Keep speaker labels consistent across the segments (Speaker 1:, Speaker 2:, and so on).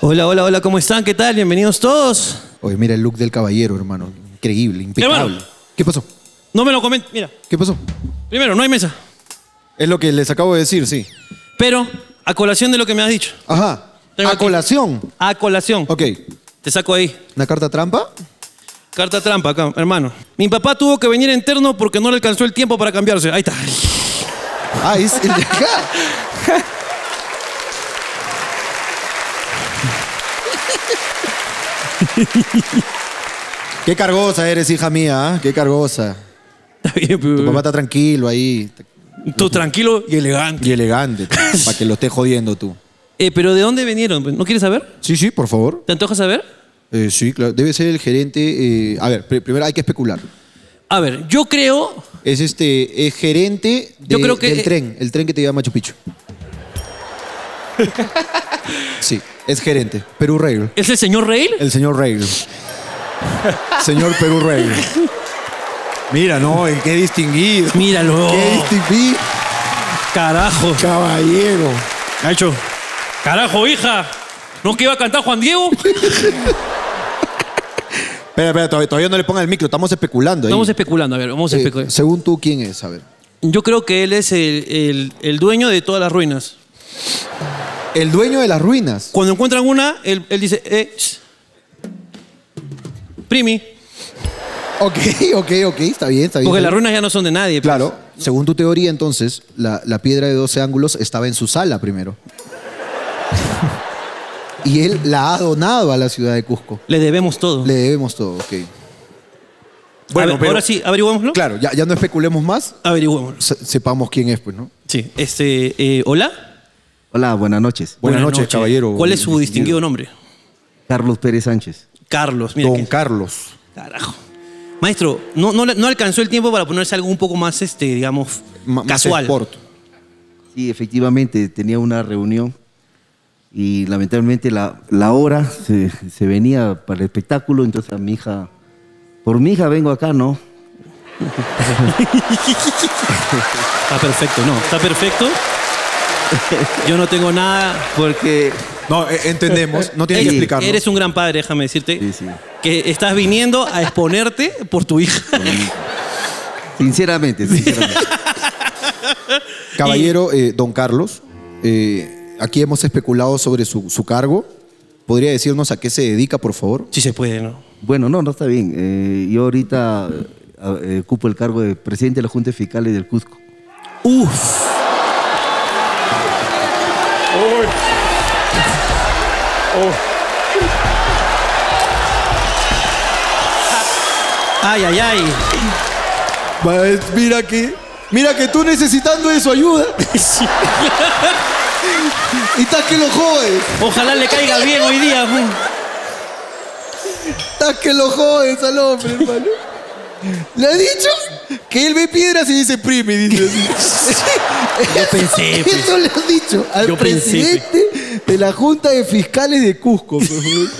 Speaker 1: Hola, hola, hola, ¿cómo están? ¿Qué tal? Bienvenidos todos.
Speaker 2: Oye, mira el look del caballero, hermano. Increíble, impecable.
Speaker 1: Hermano.
Speaker 2: ¿Qué pasó?
Speaker 1: No me lo comenten. Mira,
Speaker 2: ¿Qué pasó?
Speaker 1: primero, no hay mesa.
Speaker 2: Es lo que les acabo de decir, sí.
Speaker 1: Pero, a colación de lo que me has dicho.
Speaker 2: Ajá.
Speaker 1: Tengo
Speaker 2: a
Speaker 1: aquí.
Speaker 2: colación.
Speaker 1: A colación.
Speaker 2: Ok.
Speaker 1: Te saco ahí.
Speaker 2: ¿Una carta trampa?
Speaker 1: Carta trampa acá, hermano. Mi papá tuvo que venir interno porque no le alcanzó el tiempo para cambiarse. Ahí está.
Speaker 2: Ah, es el de acá. Qué cargosa eres, hija mía, ¿ah? qué cargosa.
Speaker 1: Está bien,
Speaker 2: Tu
Speaker 1: pues.
Speaker 2: papá está tranquilo ahí
Speaker 1: Tú tranquilo y elegante.
Speaker 2: y elegante, para que lo estés jodiendo tú.
Speaker 1: Eh, pero ¿de dónde vinieron? pues? ¿No quieres saber?
Speaker 2: Sí, sí, por favor.
Speaker 1: ¿Te antoja saber?
Speaker 2: Eh, sí, claro. Debe ser el gerente. eh, a ver, pri- primero hay que especular.
Speaker 1: A ver, yo creo.
Speaker 2: Es este es gerente de-
Speaker 1: Yo creo que- eh,
Speaker 2: del tren, el tren que te lleva a Machu Picchu. sí, es gerente. Perú Rail.
Speaker 1: ¿Es el señor Rail?
Speaker 2: El señor Rail. señor Perú Rail. Mira, no, el qué distinguido.
Speaker 1: Míralo.
Speaker 2: Qué distinguido.
Speaker 1: Carajo.
Speaker 2: Caballero.
Speaker 1: Nacho. Carajo, hija. ¿No que iba a cantar Juan Diego?
Speaker 2: Espera, espera, todavía, todavía no le pongan el micro, estamos especulando. ahí.
Speaker 1: Estamos especulando, a ver, vamos a
Speaker 2: Eh,
Speaker 1: especular.
Speaker 2: según tú, ¿quién es? A ver.
Speaker 1: Yo creo que él es el, el- el dueño de todas las ruinas.
Speaker 2: El dueño de las ruinas.
Speaker 1: Cuando encuentran una, él, él dice, eh, shh. primi,
Speaker 2: Ok, ok, ok, está bien, está
Speaker 1: porque
Speaker 2: bien.
Speaker 1: las
Speaker 2: está bien.
Speaker 1: ruinas ya no son de nadie. pues.
Speaker 2: Claro, según tu teoría, entonces, la, la piedra de 12 ángulos estaba en su sala primero. y él la ha donado a la ciudad de Cusco.
Speaker 1: Le debemos todo.
Speaker 2: Le debemos todo, ok.
Speaker 1: A ver, Ahora sí, averiguémoslo.
Speaker 2: Claro, ya, ya no especulemos más,
Speaker 1: Averiguémoslo.
Speaker 2: se- sepamos quién es, pues, ¿no?
Speaker 1: Sí, este, eh, hola.
Speaker 3: Hola, buenas noches.
Speaker 2: Buenas noches, caballero.
Speaker 1: ¿Cuál es su distinguido nombre?
Speaker 3: Carlos Pérez Sánchez.
Speaker 1: Carlos, mira.
Speaker 2: Don
Speaker 1: que-
Speaker 2: Carlos.
Speaker 1: Carajo. Maestro, no, no, le- no alcanzó el tiempo para ponerse algo un poco más, este, digamos,
Speaker 2: ma- más
Speaker 1: casual.
Speaker 2: sport.
Speaker 3: Sí, efectivamente, tenía una reunión y lamentablemente la, la hora se, se venía para el espectáculo, entonces a mi hija, por mi hija vengo acá, ¿no?
Speaker 1: Está perfecto, no, está perfecto. Yo no tengo nada.
Speaker 3: Porque
Speaker 2: No, eh, entendemos, no tienes que
Speaker 3: Ey,
Speaker 2: explicarnos.
Speaker 1: Eres un gran padre, déjame decirte.
Speaker 3: Sí, sí.
Speaker 1: Que estás viniendo a exponerte por tu hija.
Speaker 3: sinceramente, sinceramente.
Speaker 2: Caballero eh, Don Carlos, eh, aquí hemos especulado sobre su, su cargo. ¿Podría decirnos a qué se dedica, por favor?
Speaker 1: Sí se puede, ¿no?
Speaker 3: bueno, no, no está bien. Eh, yo ahorita eh, ocupo el cargo de presidente de la Junta de Fiscales del Cusco.
Speaker 1: Uf. Ay, ay, ay.
Speaker 2: Mira que, mira que tú necesitando de su ayuda
Speaker 1: Sí.
Speaker 2: y estás que lo jodes,
Speaker 1: Ojalá le caiga bien hoy día.
Speaker 2: estás que lo jodes al hombre, hermano. Le ha dicho que él ve piedras y dice primi, dice así.
Speaker 1: Yo pensé, pues.
Speaker 2: Eso le has dicho al
Speaker 1: Yo pensé,
Speaker 2: presidente de la Junta de Fiscales de Cusco. pues, weón.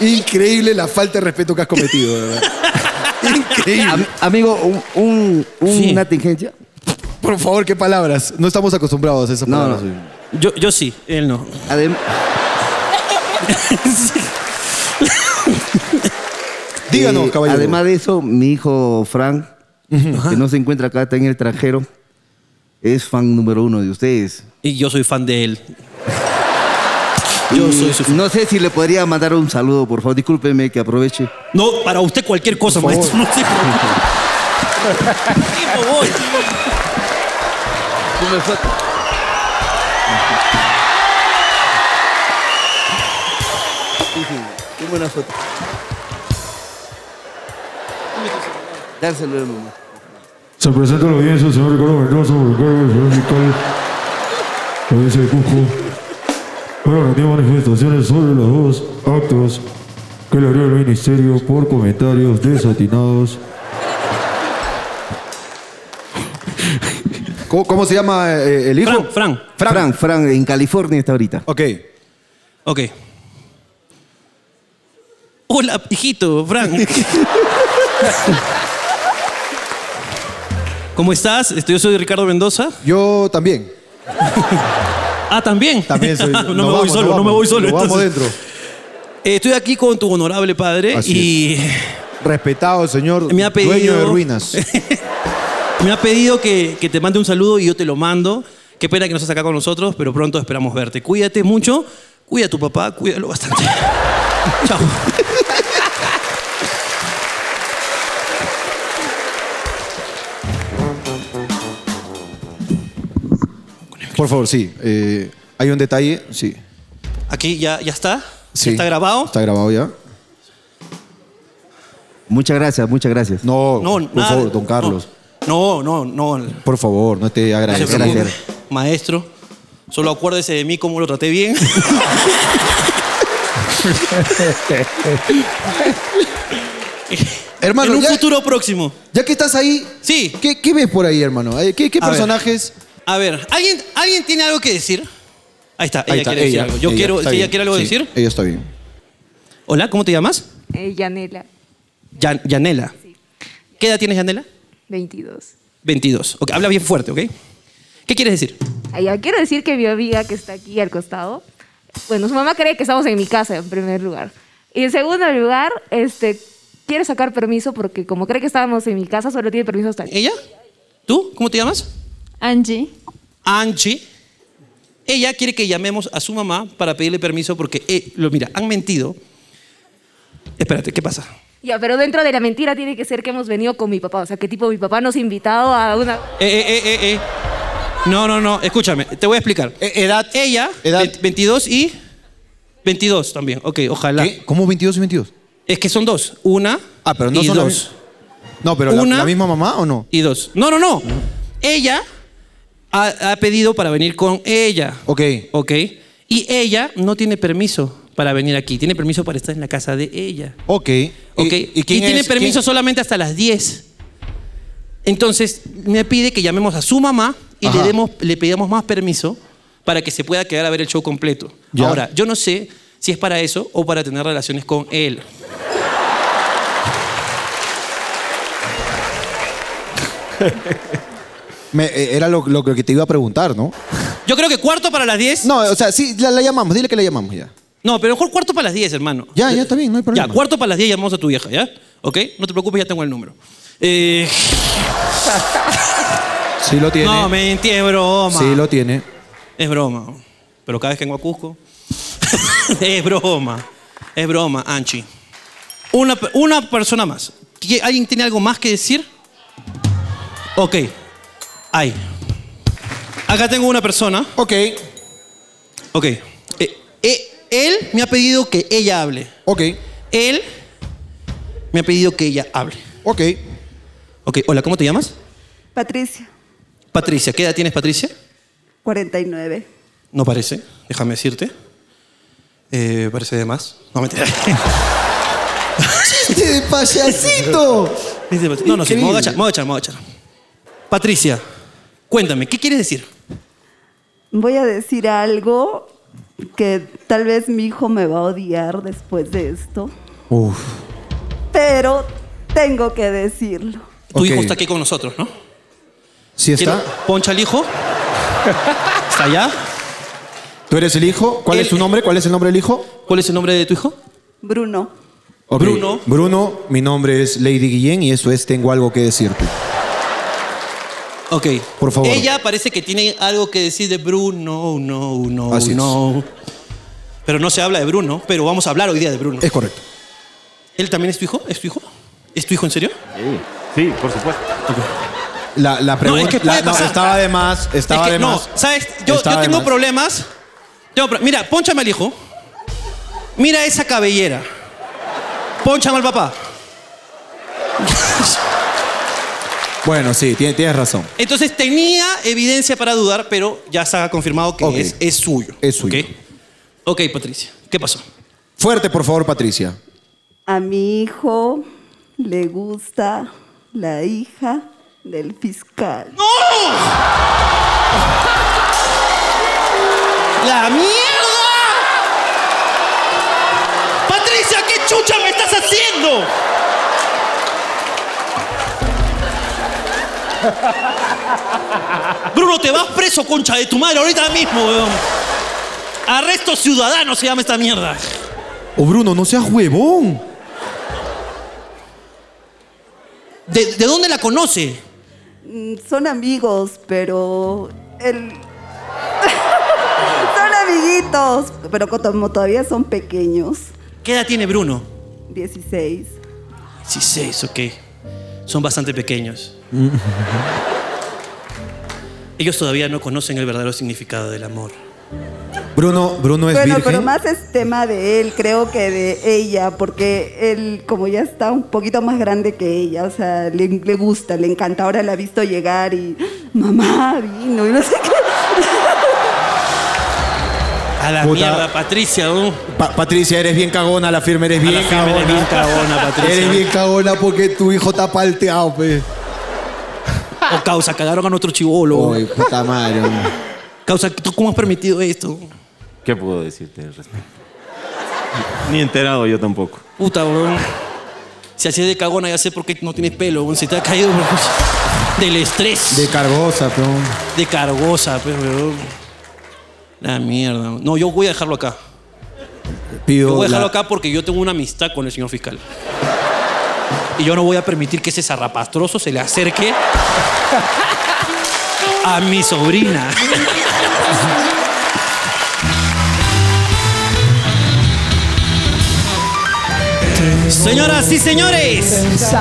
Speaker 2: Increíble la falta de respeto que has cometido, de ¿verdad? Increíble.
Speaker 3: Am- amigo, un- un-
Speaker 1: Sí.
Speaker 3: una tingencia.
Speaker 2: Por favor, qué palabras. No estamos acostumbrados a esas
Speaker 3: No, no,
Speaker 2: palabras.
Speaker 1: Yo, yo sí, él no.
Speaker 3: Adem-
Speaker 2: Díganos,
Speaker 3: Eh,
Speaker 2: caballero.
Speaker 3: Además de eso, mi hijo Frank, que no se encuentra acá, está en el extranjero, es fan número uno de ustedes.
Speaker 1: Y yo soy fan de él. Yo
Speaker 3: Y
Speaker 1: soy su fan.
Speaker 3: No sé si le podría mandar un saludo, por favor. Discúlpeme que aproveche.
Speaker 1: No, para usted cualquier cosa,
Speaker 2: Por
Speaker 1: maestro. No sé por voy.
Speaker 3: Qué buena foto. Dárselo, hermano.
Speaker 4: Se presenta a la audiencia el señor Ricardo Mendoza, por el cargo del señor fiscal, la audiencia de Cusco, para rendir manifestaciones sobre los dos actos que le abrió el ministerio por comentarios desatinados.
Speaker 2: ¿Cómo, cómo se llama eh, el hijo?
Speaker 1: Fran, Fran.
Speaker 3: Frank. Frank, en California está ahorita.
Speaker 2: Ok.
Speaker 1: Ok. Hola, hijito, Frank. ¿Cómo estás? Este, Yo soy Ricardo Mendoza.
Speaker 2: Yo también.
Speaker 1: Ah, también.
Speaker 2: También soy.
Speaker 1: no,
Speaker 2: nos
Speaker 1: me voy
Speaker 2: vamos,
Speaker 1: solo,
Speaker 2: nos
Speaker 1: no me
Speaker 2: vamos,
Speaker 1: voy solo.
Speaker 2: nos Vamos
Speaker 1: entonces.
Speaker 2: dentro.
Speaker 1: Eh, estoy aquí con tu honorable padre
Speaker 2: Así
Speaker 1: y
Speaker 2: Respetado señor
Speaker 1: Me ha pedido-
Speaker 2: dueño de ruinas.
Speaker 1: me ha pedido que, que te mande un saludo y yo te lo mando. Qué pena que no estés acá con nosotros, pero pronto esperamos verte. Cuídate mucho, cuida a tu papá, cuídalo bastante. Chao.
Speaker 2: Por favor, sí. eh, Hay un detalle, sí.
Speaker 1: Aquí ya, ya está.
Speaker 2: sí.
Speaker 1: Está grabado.
Speaker 2: Está grabado ya.
Speaker 5: Muchas gracias, muchas gracias.
Speaker 2: No,
Speaker 1: No,
Speaker 2: por
Speaker 1: nada.
Speaker 2: favor, don Carlos.
Speaker 1: No, no, no. no.
Speaker 2: Por favor, no te
Speaker 1: No se
Speaker 2: agradezco.
Speaker 1: preocupe,
Speaker 5: gracias.
Speaker 1: maestro. Solo acuérdese de mí cómo lo traté bien.
Speaker 2: Hermano,
Speaker 1: en un
Speaker 2: ya-
Speaker 1: futuro próximo.
Speaker 2: Ya que estás ahí,
Speaker 1: Sí.
Speaker 2: ¿qué, qué ves por ahí, hermano? Eh, ¿Qué, qué
Speaker 1: A ver.
Speaker 2: personajes?
Speaker 1: A ver, ¿alguien, ¿alguien tiene algo que decir? Ahí está, ella
Speaker 2: Ahí está,
Speaker 1: quiere decir algo. Yo
Speaker 2: ella,
Speaker 1: quiero,
Speaker 2: está
Speaker 1: si ella
Speaker 2: bien,
Speaker 1: quiere algo
Speaker 2: sí,
Speaker 1: decir.
Speaker 2: Ella está bien.
Speaker 1: Hola, ¿cómo te llamas?
Speaker 6: Eh, Yanela,
Speaker 1: Yan- Yanela. ¿Qué edad tienes, Yanela?
Speaker 6: 22.
Speaker 1: 22. Ok, habla bien fuerte, ¿ok? ¿Qué quieres decir?
Speaker 6: Allá quiero decir que mi amiga que está aquí al costado, bueno, su mamá cree que estamos en mi casa en primer lugar. Y en segundo lugar, este, quiere sacar permiso porque como cree que estábamos en mi casa, solo tiene permiso hasta aquí.
Speaker 1: ¿Ella? ¿Tú? ¿Cómo te llamas?
Speaker 7: Angie,
Speaker 1: Anchi. Ella quiere que llamemos a su mamá para pedirle permiso porque, eh, lo, mira, han mentido. Espérate, ¿qué pasa?
Speaker 6: Ya, pero dentro de la mentira tiene que ser que hemos venido con mi papá. O sea, que tipo mi papá nos ha invitado a una...
Speaker 1: Eh, eh, eh, eh, eh. No, no, no, escúchame, te voy a explicar. edad. Ella,
Speaker 2: E, edad.
Speaker 1: ve- 22 y 22 también. Ok, ojalá.
Speaker 2: ¿Qué? ¿Cómo 22 y 22?
Speaker 1: Es que son dos. Una
Speaker 2: Ah, pero no
Speaker 1: y
Speaker 2: son la
Speaker 1: dos.
Speaker 2: No, pero la-
Speaker 1: Una-
Speaker 2: La, misma mamá o no?
Speaker 1: Y dos. No, no, no. Ella ha, ha pedido para venir con ella.
Speaker 2: Ok.
Speaker 1: Ok. Y ella no tiene permiso para venir aquí. Tiene permiso para estar en la casa de ella.
Speaker 2: Ok.
Speaker 1: Ok.
Speaker 2: ¿Y, y quién
Speaker 1: tiene
Speaker 2: es-
Speaker 1: permiso
Speaker 2: quién-
Speaker 1: solamente hasta las 10. Entonces me pide que llamemos a su mamá y le,
Speaker 2: Ajá.
Speaker 1: demos, le pidamos más permiso para que se pueda quedar a ver el show completo.
Speaker 2: Ya.
Speaker 1: Ahora, yo no sé si es para eso o para tener relaciones con él.
Speaker 2: Me- eh, era lo, lo que te iba a preguntar, ¿no?
Speaker 1: Yo creo que cuarto para las 10.
Speaker 2: No, o sea, sí, la, la llamamos, dile que la llamamos ya.
Speaker 1: No, pero mejor cuarto para las 10, hermano.
Speaker 2: Ya, ya, está bien, no hay problema.
Speaker 1: Ya, cuarto para las 10 llamamos a tu vieja, ¿ya? ¿Ok? No te preocupes, ya tengo el número. Eh,
Speaker 2: Sí lo tiene.
Speaker 1: no, mentira, es broma.
Speaker 2: sí lo tiene.
Speaker 1: Es broma. Pero cada vez que vengo a Cusco... es broma. Es broma, Anchi. Una, pe- una persona más. ¿Qui- ¿Alguien tiene algo más que decir? Ok. Ahí. Acá tengo una persona.
Speaker 2: Ok,
Speaker 1: Ok. Eh, eh, él me ha pedido que ella hable.
Speaker 2: ok,
Speaker 1: Él me ha pedido que ella hable.
Speaker 2: ok.
Speaker 1: Ok, hola, ¿cómo te llamas?
Speaker 8: Patricia,
Speaker 1: Patricia, ¿qué edad tienes, Patricia?
Speaker 8: 49.
Speaker 1: No parece, déjame decirte. Eh, parece de más. No, mentira.
Speaker 2: ¡Chiste de payasito!
Speaker 1: no, no, sí, me voy a agachar, me
Speaker 2: Increíble.
Speaker 1: voy a agachar, me voy a agachar. Patricia, cuéntame, ¿qué quieres decir?
Speaker 8: Voy a decir algo que tal vez mi hijo me va a odiar después de esto,
Speaker 2: Uf.
Speaker 8: pero tengo que decirlo.
Speaker 1: Tu
Speaker 2: Ok.
Speaker 1: hijo está aquí con nosotros, ¿no?
Speaker 2: ¿Sí está?
Speaker 1: Quiero- Poncha al hijo. ¿Está allá?
Speaker 2: ¿Tú eres el hijo? ¿Cuál
Speaker 1: Él-
Speaker 2: es su nombre? ¿Cuál es el nombre del hijo?
Speaker 1: ¿Cuál es el nombre de tu hijo?
Speaker 8: Bruno,
Speaker 2: Ok.
Speaker 1: Bruno.
Speaker 2: Bruno, mi nombre es Lady Guillén y eso es Tengo algo que decirte.
Speaker 1: Ok.
Speaker 2: Por favor.
Speaker 1: Ella parece que tiene algo que decir de Bruno, no, no,
Speaker 2: Así es.
Speaker 1: no. Pero no se habla de Bruno, pero vamos a hablar hoy día de Bruno.
Speaker 2: Es correcto.
Speaker 1: ¿Él también es tu hijo? ¿Es tu hijo? ¿Es tu hijo en serio?
Speaker 9: Sí, por supuesto.
Speaker 2: La, la pregunta
Speaker 1: es que
Speaker 2: la-
Speaker 1: puede
Speaker 2: no,
Speaker 1: pasar.
Speaker 2: estaba de más, estaba
Speaker 1: es que,
Speaker 2: de
Speaker 1: no,
Speaker 2: más.
Speaker 1: ¿sabes? Yo,
Speaker 2: Estaba
Speaker 1: yo
Speaker 2: de
Speaker 1: tengo
Speaker 2: más.
Speaker 1: problemas. Tengo pro- Mira, ponchame al hijo. Mira esa cabellera. Ponchame al papá.
Speaker 2: Bueno, sí, tienes, tienes razón.
Speaker 1: Entonces tenía evidencia para dudar, pero ya se ha confirmado que
Speaker 2: Ok.
Speaker 1: es, es suyo.
Speaker 2: Es suyo.
Speaker 1: Ok, Ok, Patricia. ¿Qué pasó?
Speaker 2: Fuerte, por favor, Patricia.
Speaker 8: a mi hijo le gusta la hija del fiscal.
Speaker 1: ¡La mierda! ¡Patricia, qué chucha me estás haciendo! Bruno, te vas preso, concha de tu madre, ahorita mismo, weón. Arresto ciudadano se llama esta mierda.
Speaker 2: O Oh, Bruno, no seas huevón.
Speaker 1: ¿De, de dónde la conoce?
Speaker 8: Mm, Son amigos, pero el... son amiguitos, pero como todavía son pequeños,
Speaker 1: ¿Qué edad tiene Bruno?
Speaker 8: 16.
Speaker 1: 16, ok. Son bastante pequeños. Ellos todavía no conocen el verdadero significado del amor.
Speaker 2: Bruno, Bruno es
Speaker 8: bueno,
Speaker 2: virgen.
Speaker 8: pero más es tema de él, creo que de ella, porque él, como ya está un poquito más grande que ella, o sea, le, le gusta, le encanta. Ahora la ha visto llegar y, mamá, vino, y no sé qué.
Speaker 1: A la
Speaker 2: Puta.
Speaker 1: mierda, Patricia, ¿no?
Speaker 2: Pa- Patricia, eres bien cagona, la firma eres
Speaker 1: A
Speaker 2: bien
Speaker 1: la firma
Speaker 2: cagona.
Speaker 1: eres bien cagona, Patricia.
Speaker 2: Eres bien cagona porque tu hijo está palteado, pe.
Speaker 1: O causa, cagaron a nuestro chivolo.
Speaker 2: Uy, puta madre. hombre.
Speaker 1: Causa, ¿tú cómo has permitido esto?
Speaker 9: ¿Qué puedo decirte al respecto? Ni enterado yo tampoco.
Speaker 1: Puta, weón. Si así de cagona, ya sé por qué no tienes pelo, weón. Se te ha caído weón, del estrés.
Speaker 2: De cargosa, pe. hombre.
Speaker 1: De cargosa, pero weón. La mierda. weón. No, yo voy a dejarlo acá.
Speaker 2: Pido
Speaker 1: Yo voy a dejarlo
Speaker 2: la-
Speaker 1: acá porque yo tengo una amistad con el señor fiscal. Y yo no voy a permitir que ese zarrapastroso se le acerque a mi sobrina. Señoras y señores,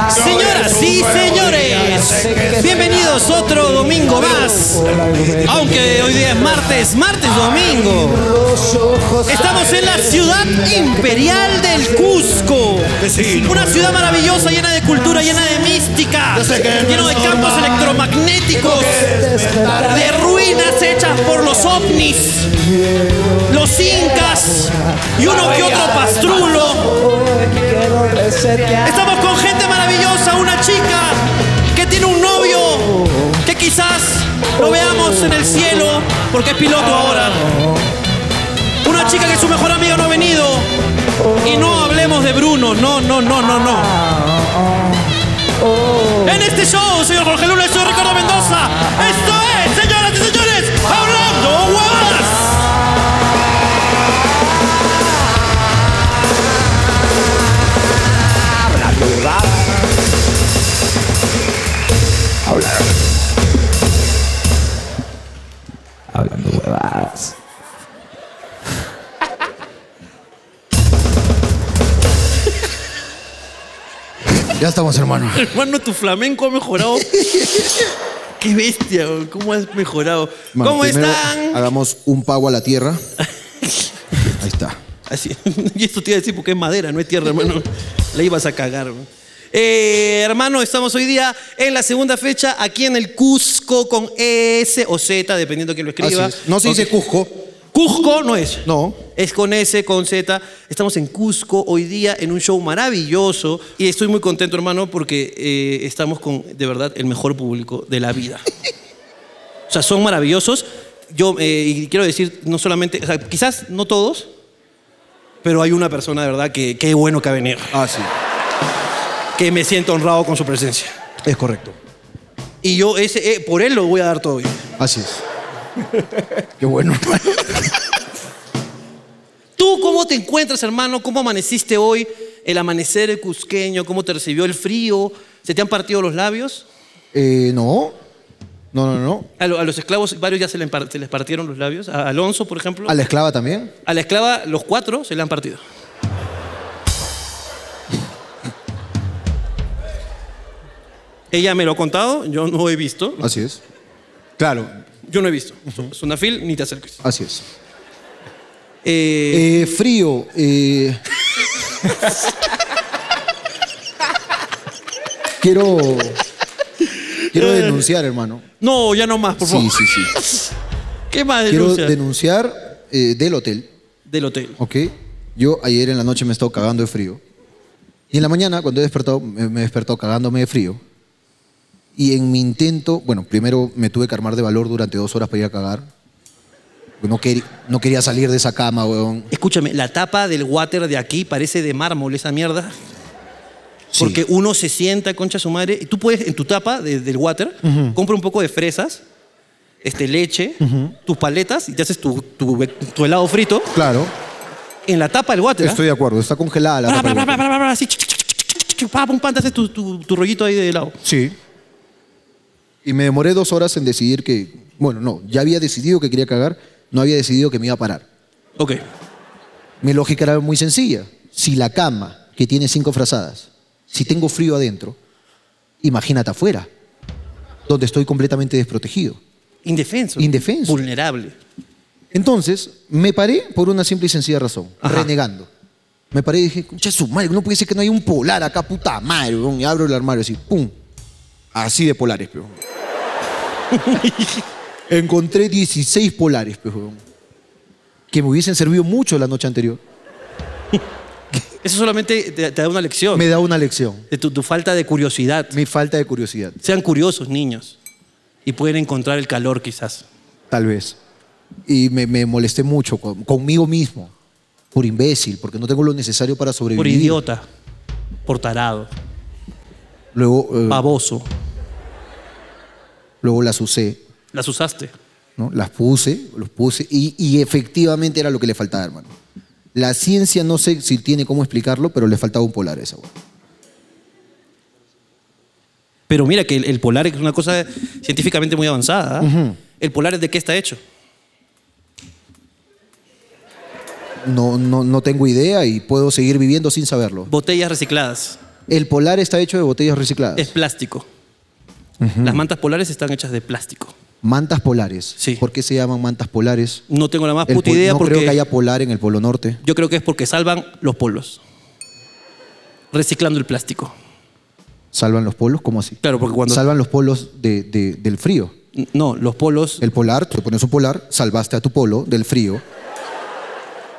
Speaker 1: señoras y señores, bienvenidos otro domingo más. Aunque hoy día es martes, martes domingo. Estamos en la ciudad imperial del Cusco. Una ciudad maravillosa, llena de cultura, llena de mística, lleno de campos electromagnéticos, de ruinas hechas por los ovnis, los incas y uno que otro pastrulo. Estamos con gente maravillosa, una chica que tiene un novio que quizás lo veamos en el cielo porque es piloto ahora. Una chica que su mejor amigo no ha venido. Y no hablemos de Bruno, no, no, no, no, no. En este show, señor Jorge Luna y señor Ricardo Mendoza, esto es, señoras y señores, hablando huevadas.
Speaker 2: Ya estamos, hermano.
Speaker 1: Hermano, tu flamenco ha mejorado. Qué bestia, bro, cómo has mejorado.
Speaker 2: Mano,
Speaker 1: ¿Cómo
Speaker 2: primero
Speaker 1: están?
Speaker 2: Hagamos un pago a la tierra. Ahí está.
Speaker 1: Así. Y esto te iba a decir porque es madera, no es tierra, hermano. La ibas a cagar. bro. Eh, hermano, estamos hoy día en la segunda fecha aquí en el Cusco con S o Z, dependiendo de quién lo escriba.
Speaker 2: Así es. No se dice
Speaker 1: Ok.
Speaker 2: Cusco.
Speaker 1: Cusco no es.
Speaker 2: No.
Speaker 1: Es con S, con Z. Estamos en Cusco hoy día en un show maravilloso y estoy muy contento, hermano, porque eh, estamos con, de verdad, el mejor público de la vida. O sea, son maravillosos. Yo eh, y quiero decir, no solamente, o sea, quizás no todos, pero hay una persona, de verdad, que qué bueno que ha venido,
Speaker 2: Ah, sí.
Speaker 1: que me siento honrado con su presencia.
Speaker 2: Es correcto.
Speaker 1: Y yo ese, eh, por él lo voy a dar todo hoy.
Speaker 2: Así es. Qué bueno, hermano.
Speaker 1: ¿Tú cómo te encuentras, hermano? ¿Cómo amaneciste hoy? El amanecer el cusqueño, ¿cómo te recibió el frío? ¿Se te han partido los labios?
Speaker 2: Eh, no. No, no, no.
Speaker 1: A, lo- a los esclavos, varios ya se, le par- se les partieron los labios. A Alonso, por ejemplo.
Speaker 2: ¿A la esclava también?
Speaker 1: A la esclava, los cuatro se le han partido. Ella me lo ha contado, yo no he visto.
Speaker 2: Así es. Claro,
Speaker 1: Yo no he visto. Sunafil, ni te acerques.
Speaker 2: así es.
Speaker 1: Eh,
Speaker 2: Eh, frío. eh. quiero. Quiero denunciar, hermano.
Speaker 1: no, ya no más, Eh, por
Speaker 2: Sí,
Speaker 1: favor.
Speaker 2: sí, sí.
Speaker 1: ¿Qué más
Speaker 2: Quiero
Speaker 1: denuncia?
Speaker 2: denunciar eh, del hotel,
Speaker 1: Del hotel.
Speaker 2: ¿ok? Yo ayer en la noche me he estado cagando de frío. Y en la mañana, cuando he despertado, me me he despertado cagándome de frío. Y en mi intento, bueno, primero me tuve que armar de valor durante dos horas para ir a cagar. No, queri- no quería salir de esa cama, weón.
Speaker 1: Escúchame, la tapa del water de aquí parece de mármol, esa mierda.
Speaker 2: Sí.
Speaker 1: Porque uno se sienta, concha su madre, y tú puedes, en tu tapa de- del water, compra un poco de fresas este, leche, tus paletas y te haces tu, tu- tu helado frito
Speaker 2: Claro,
Speaker 1: en la tapa del water. ¿ah?
Speaker 2: estoy de acuerdo. Está congelada la
Speaker 1: Bra,
Speaker 2: tapa
Speaker 1: bra, bra,
Speaker 2: del bote.
Speaker 1: bra, bra, bra, bra, así, chic, chic, chic, chic, chic, chic, pa, pum, pan, te haces tu, tu- tu rollito ahí de helado.
Speaker 2: Sí. Y me demoré dos horas en decidir que, bueno, no, ya había decidido que quería cagar, no había decidido que me iba a parar.
Speaker 1: Ok.
Speaker 2: Mi lógica era muy sencilla. Si la cama, que tiene cinco frazadas, si tengo frío adentro, imagínate afuera, donde estoy completamente desprotegido.
Speaker 1: Indefenso.
Speaker 2: Indefenso.
Speaker 1: Vulnerable.
Speaker 2: Entonces, me paré por una simple y sencilla razón,
Speaker 1: Ajá.
Speaker 2: renegando. Me paré y dije, concha su madre, no puede ser que no haya un polar acá, puta madre, weón". Y abro el armario así, pum. Así de polares, peón. Encontré 16 polares, peón. Que me hubiesen servido mucho la noche anterior.
Speaker 1: Eso solamente te, te da una lección
Speaker 2: Me da una lección.
Speaker 1: de tu, tu falta de curiosidad.
Speaker 2: Mi falta de curiosidad,
Speaker 1: Sean curiosos, niños. Y pueden encontrar el calor, quizás.
Speaker 2: tal vez. Y me, me molesté mucho con- conmigo mismo. Por imbécil, porque no tengo lo necesario para sobrevivir.
Speaker 1: Por idiota. Por tarado.
Speaker 2: Luego, eh,
Speaker 1: Pavoso.
Speaker 2: luego las usé.
Speaker 1: Las usaste.
Speaker 2: ¿no? Las puse, los puse, y, y efectivamente era lo que le faltaba, hermano. La ciencia no sé si tiene cómo explicarlo, pero le faltaba un polar a esa hueá.
Speaker 1: Pero mira que el, el polar es una cosa científicamente muy avanzada. ¿ah? ¿El polar es de qué está hecho?
Speaker 2: No, no, no tengo idea y puedo seguir viviendo sin saberlo.
Speaker 1: Botellas recicladas.
Speaker 2: El polar está hecho de botellas recicladas.
Speaker 1: Es plástico. Las mantas polares están hechas de plástico.
Speaker 2: Mantas polares.
Speaker 1: Sí.
Speaker 2: ¿Por qué se llaman mantas polares?
Speaker 1: No tengo la más
Speaker 2: El
Speaker 1: puta
Speaker 2: pol-
Speaker 1: idea
Speaker 2: no
Speaker 1: porque
Speaker 2: creo que haya polar en el Polo Norte.
Speaker 1: yo creo que es porque salvan los polos. Reciclando el plástico.
Speaker 2: ¿Salvan los polos? ¿Cómo así?
Speaker 1: Claro, porque cuando...
Speaker 2: Salvan los polos de- de- del frío.
Speaker 1: No, los polos...
Speaker 2: El polar, tú te pones un polar, salvaste a tu polo del frío,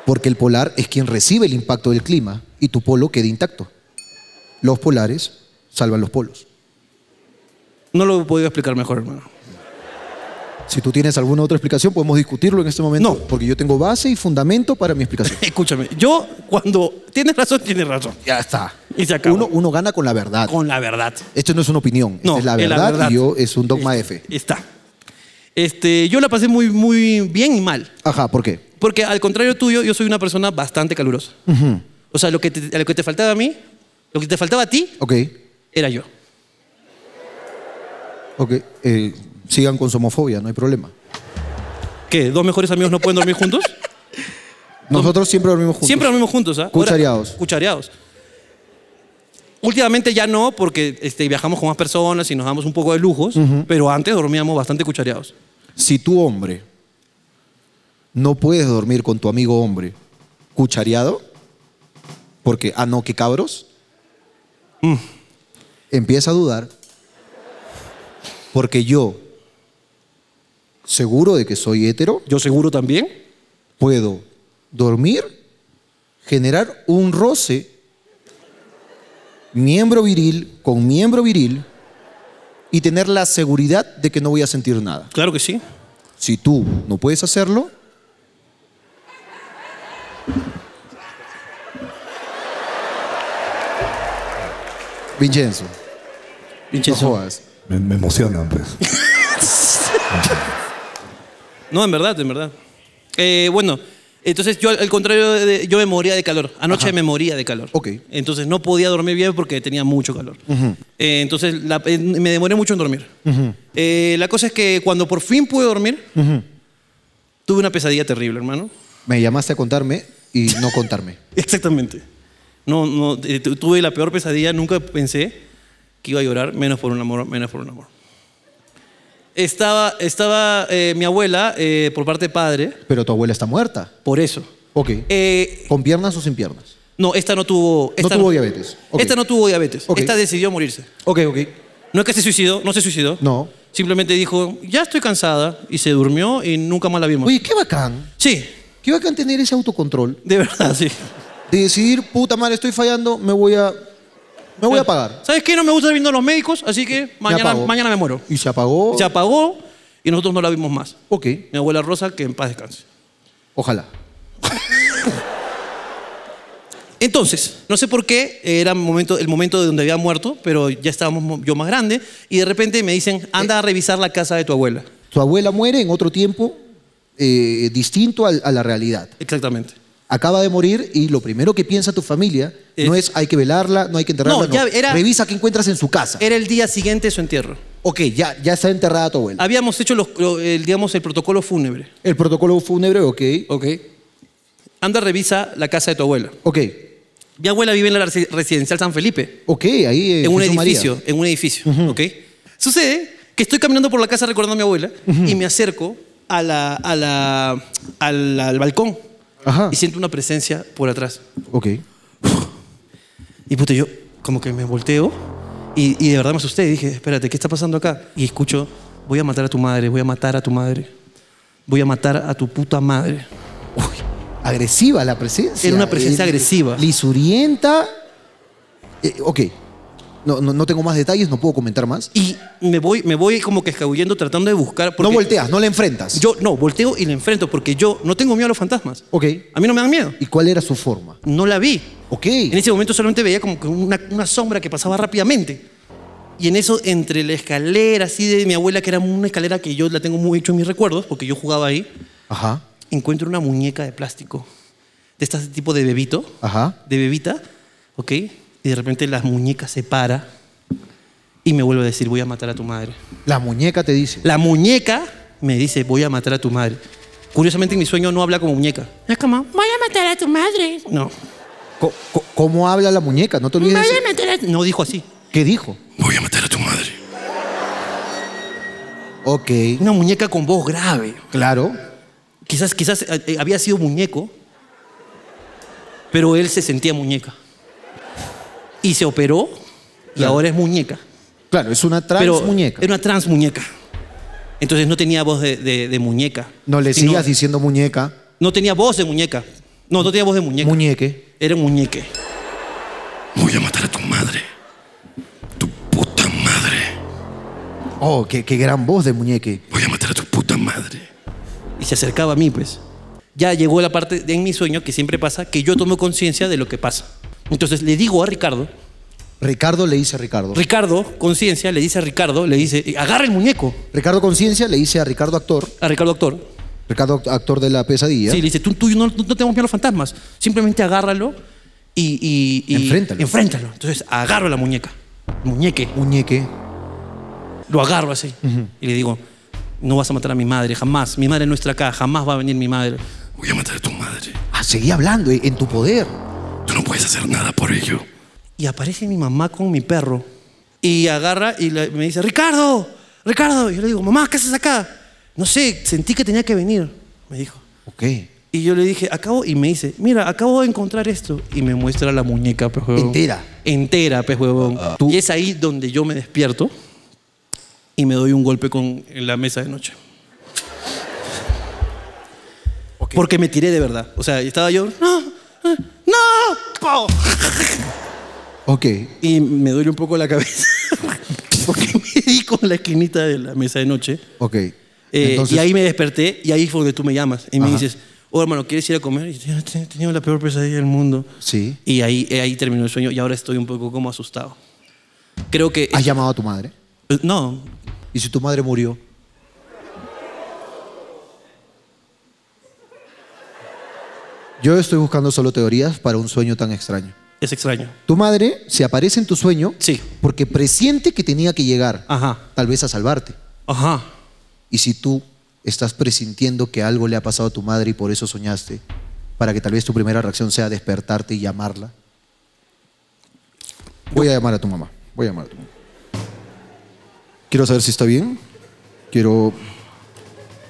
Speaker 2: porque el polar es quien recibe el impacto del clima y tu polo queda intacto. Los polares salvan los polos.
Speaker 1: No lo he podido explicar mejor, hermano.
Speaker 2: Si tú tienes alguna otra explicación, podemos discutirlo en este momento.
Speaker 1: No.
Speaker 2: Porque yo tengo base y fundamento para mi explicación.
Speaker 1: Escúchame, yo cuando... Tienes razón, tienes razón.
Speaker 2: ya está.
Speaker 1: Y se acabó.
Speaker 2: Uno, uno gana con la verdad.
Speaker 1: Con la verdad.
Speaker 2: Esto no es una opinión, esta
Speaker 1: No,
Speaker 2: es la
Speaker 1: es la
Speaker 2: verdad,
Speaker 1: verdad.
Speaker 2: y yo es un dogma F.
Speaker 1: Está. Este, yo la pasé muy, muy bien y mal.
Speaker 2: Ajá, ¿por qué?
Speaker 1: Porque al contrario tuyo, yo soy una persona bastante calurosa. O sea, lo que, te, lo que te faltaba a mí, lo que te faltaba a ti,
Speaker 2: Ok,
Speaker 1: era yo.
Speaker 2: ok. eh, sigan con su homofobia, no hay problema.
Speaker 1: ¿Qué? ¿Dos mejores amigos no pueden dormir juntos?
Speaker 2: Nosotros siempre dormimos juntos.
Speaker 1: Siempre dormimos juntos, ¿ah? Ahora-
Speaker 2: Cuchareados.
Speaker 1: cuchareados. Últimamente ya no, porque este, viajamos con más personas y nos damos un poco de lujos, pero antes dormíamos bastante cuchareados.
Speaker 2: Si tú, hombre, no puedes dormir con tu amigo hombre cuchareado, porque, ah, no, qué cabros, empieza a dudar, porque yo, seguro de que soy hetero,
Speaker 1: Yo seguro también.
Speaker 2: puedo dormir, generar un roce, miembro viril con miembro viril, y tener la seguridad de que no voy a sentir nada.
Speaker 1: Claro que sí.
Speaker 2: Si tú no puedes hacerlo, Vincenzo,
Speaker 1: Vincenzo.
Speaker 2: no jodas.
Speaker 7: Me, me emocionan, pues.
Speaker 1: No, en verdad, en verdad. Eh, bueno, entonces yo, al contrario, de- de- yo me moría de calor. Anoche me moría de calor.
Speaker 2: Ok.
Speaker 1: Entonces no podía dormir bien porque tenía mucho calor. Eh, entonces la- eh, me demoré mucho en dormir. Eh, la cosa es que cuando por fin pude dormir, tuve una pesadilla terrible, hermano.
Speaker 2: Me llamaste a contarme y no contarme.
Speaker 1: Exactamente. No, no, eh, tu- tuve la peor pesadilla, nunca pensé que iba a llorar, menos por un amor, menos por un amor. Estaba, estaba eh, mi abuela, eh, por parte de padre,
Speaker 2: Pero tu abuela está muerta.
Speaker 1: por eso.
Speaker 2: Ok.
Speaker 1: Eh,
Speaker 2: ¿Con piernas o sin piernas?
Speaker 1: no, esta no tuvo. esta
Speaker 2: tuvo diabetes. Ok.
Speaker 1: Esta no tuvo diabetes.
Speaker 2: Ok.
Speaker 1: Esta decidió morirse.
Speaker 2: Ok, ok.
Speaker 1: No es que se suicidó, no se suicidó.
Speaker 2: No.
Speaker 1: Simplemente dijo, ya estoy cansada, y se durmió y nunca más la vimos.
Speaker 2: Oye, qué bacán.
Speaker 1: Sí,
Speaker 2: Qué bacán tener ese autocontrol
Speaker 1: de verdad, sí.
Speaker 2: de decidir, puta madre, estoy fallando, me voy a. Me voy a pagar.
Speaker 1: ¿Sabes qué? No me gusta viendo a los médicos, así que mañana
Speaker 2: apagó.
Speaker 1: mañana me muero.
Speaker 2: Y se apagó.
Speaker 1: Se apagó y nosotros no la vimos más.
Speaker 2: Ok,
Speaker 1: Mi abuela Rosa, que en paz descanse.
Speaker 2: ojalá.
Speaker 1: Entonces, no sé por qué, era momento, el momento de donde había muerto, pero ya estábamos mo- yo más grande, y de repente me dicen, anda a revisar la casa de tu abuela.
Speaker 2: Su abuela muere en otro tiempo eh, distinto al- a la realidad.
Speaker 1: Exactamente.
Speaker 2: Acaba de morir y lo primero que piensa tu familia no
Speaker 1: Es-
Speaker 2: es hay que velarla, no hay que enterrarla.
Speaker 1: Eh, No, ya
Speaker 2: no.
Speaker 1: era- Eh,
Speaker 2: Revisa qué encuentras en su casa.
Speaker 1: Era el día siguiente de su entierro.
Speaker 2: Ok, ya, ya está enterrada tu abuela.
Speaker 1: Habíamos hecho los- lo- el, digamos, el protocolo fúnebre.
Speaker 2: El protocolo fúnebre, ok.
Speaker 1: Ok. Anda, revisa la casa de tu abuela.
Speaker 2: Ok,
Speaker 1: Mi abuela vive en la resi- residencial San Felipe.
Speaker 2: ok, ahí. eh,
Speaker 1: en un
Speaker 2: Jesús María.
Speaker 1: edificio, en un edificio, ¿ok? Sucede que estoy caminando por la casa recordando a mi abuela y me acerco a la, a la, al, al balcón
Speaker 2: Ajá.
Speaker 1: y siento una presencia por atrás.
Speaker 2: Ok.
Speaker 1: Y puta, yo como que me volteo y, y de verdad me asusté. Dije, espérate, ¿qué está pasando acá? Y escucho, voy a matar a tu madre, voy a matar a tu madre, voy a matar a tu puta madre.
Speaker 2: Agresiva la presencia.
Speaker 1: Era una presencia agresiva.
Speaker 2: Lisurienta. Eh, ok. No, no, no tengo más detalles, no puedo comentar más.
Speaker 1: Y me voy, me voy como que escabullendo tratando de buscar.
Speaker 2: No
Speaker 1: porque
Speaker 2: volteas, no la enfrentas.
Speaker 1: Yo no, volteo y la enfrento porque yo no tengo miedo a los fantasmas.
Speaker 2: Ok.
Speaker 1: A mí no me dan miedo.
Speaker 2: ¿Y cuál era su forma?
Speaker 1: No la vi.
Speaker 2: Ok.
Speaker 1: En ese momento solamente veía como que una, una sombra que pasaba rápidamente. Y en eso, entre la escalera así de mi abuela, que era una escalera que yo la tengo muy hecho en mis recuerdos, porque yo jugaba ahí,
Speaker 2: Ajá,
Speaker 1: encuentro una muñeca de plástico. De este tipo de bebito,
Speaker 2: ajá.
Speaker 1: de bebita, ¿ok? Y de repente la muñeca se para y me vuelve a decir, voy a matar a tu madre.
Speaker 2: La muñeca te dice.
Speaker 1: La muñeca me dice, voy a matar a tu madre. Curiosamente, en mi sueño no habla como muñeca. Es como, voy a matar a tu madre. No.
Speaker 2: Co- co- ¿Cómo habla la muñeca? No te olvides.
Speaker 1: Voy a matar a tu- No dijo así.
Speaker 2: ¿Qué dijo?
Speaker 1: Voy a matar a tu madre.
Speaker 2: Ok,
Speaker 1: Una muñeca con voz grave.
Speaker 2: claro.
Speaker 1: Quizás, quizás eh, eh, había sido muñeco, pero él se sentía muñeca. Y se operó y
Speaker 2: Claro.
Speaker 1: ahora es muñeca.
Speaker 2: Claro, es una trans
Speaker 1: pero
Speaker 2: muñeca.
Speaker 1: Era una trans muñeca. Entonces no tenía voz de, de- de muñeca.
Speaker 2: No le
Speaker 1: Sino-
Speaker 2: sigas diciendo muñeca,
Speaker 1: No tenía voz de muñeca. No, no tenía voz de muñeca.
Speaker 2: muñeque.
Speaker 1: Era un muñeque. Voy a matar a tu madre. Tu puta madre.
Speaker 2: Oh, qué, qué gran voz de muñeque.
Speaker 1: Voy a matar a tu puta madre. Y se acercaba a mí, pues. Ya llegó la parte de, en mi sueño que siempre pasa, que yo tomo conciencia de lo que pasa. Entonces le digo a Ricardo,
Speaker 2: Ricardo le dice a Ricardo.
Speaker 1: Ricardo, conciencia, le dice a Ricardo, le dice, agarra el muñeco
Speaker 2: Ricardo Conciencia le dice a Ricardo Actor,
Speaker 1: a Ricardo Actor.
Speaker 2: Ricardo Act- Actor de la pesadilla.
Speaker 1: Sí, le dice, tú, tú no, no tenemos miedo a los fantasmas, simplemente agárralo y... y, y-
Speaker 2: Enfréntalo.
Speaker 1: Enfréntalo. Entonces agarro la muñeca, muñeque,
Speaker 2: Muñeque.
Speaker 1: lo agarro así y le digo, no vas a matar a mi madre, jamás, mi madre no está acá, jamás va a venir mi madre. Voy a matar a tu madre.
Speaker 2: Ah, seguía hablando eh, en tu poder.
Speaker 1: Tú no puedes hacer nada por ello. Y aparece mi mamá con mi perro. Y agarra y le- me dice, Ricardo, Ricardo. Y yo le digo, mamá, ¿qué haces acá? No sé, sentí que tenía que venir, me dijo.
Speaker 2: Ok.
Speaker 1: Y yo le dije, acabo, y me dice, mira, acabo de encontrar esto. Y me muestra la muñeca, pues, huevón.
Speaker 2: Entera.
Speaker 1: Entera, pues, huevón.
Speaker 2: Tú-
Speaker 1: Y es ahí donde yo me despierto y me doy un golpe con la mesa de noche. Porque me tiré de verdad. O sea, y estaba yo, no, no, no. po".
Speaker 2: Ok.
Speaker 1: Y me duele un poco la cabeza porque me di con la esquinita de la mesa de noche.
Speaker 2: Ok.
Speaker 1: Eh,
Speaker 2: Entonces,
Speaker 1: y ahí me desperté y ahí fue donde tú me llamas y me
Speaker 2: Ajá.
Speaker 1: dices, oh hermano, ¿quieres ir a comer? Y yo he tenido la peor pesadilla del mundo.
Speaker 2: Sí.
Speaker 1: Y ahí, eh, ahí terminó el sueño y ahora estoy un poco como asustado. Creo que...
Speaker 2: ¿Has llamado a tu madre?
Speaker 1: No,
Speaker 2: ¿Y si tu madre murió? Yo estoy buscando solo teorías para un sueño tan extraño.
Speaker 1: es extraño.
Speaker 2: Tu madre se aparece en tu sueño
Speaker 1: Sí. Ah.
Speaker 2: porque presiente que tenía que llegar,
Speaker 1: Ajá.
Speaker 2: tal vez a salvarte.
Speaker 1: Ajá.
Speaker 2: Y si tú estás presintiendo que algo le ha pasado a tu madre y por eso soñaste, para que tal vez tu primera reacción sea despertarte y llamarla, voy a llamar a tu mamá. Voy a llamar a tu mamá. Quiero saber si está bien. Quiero.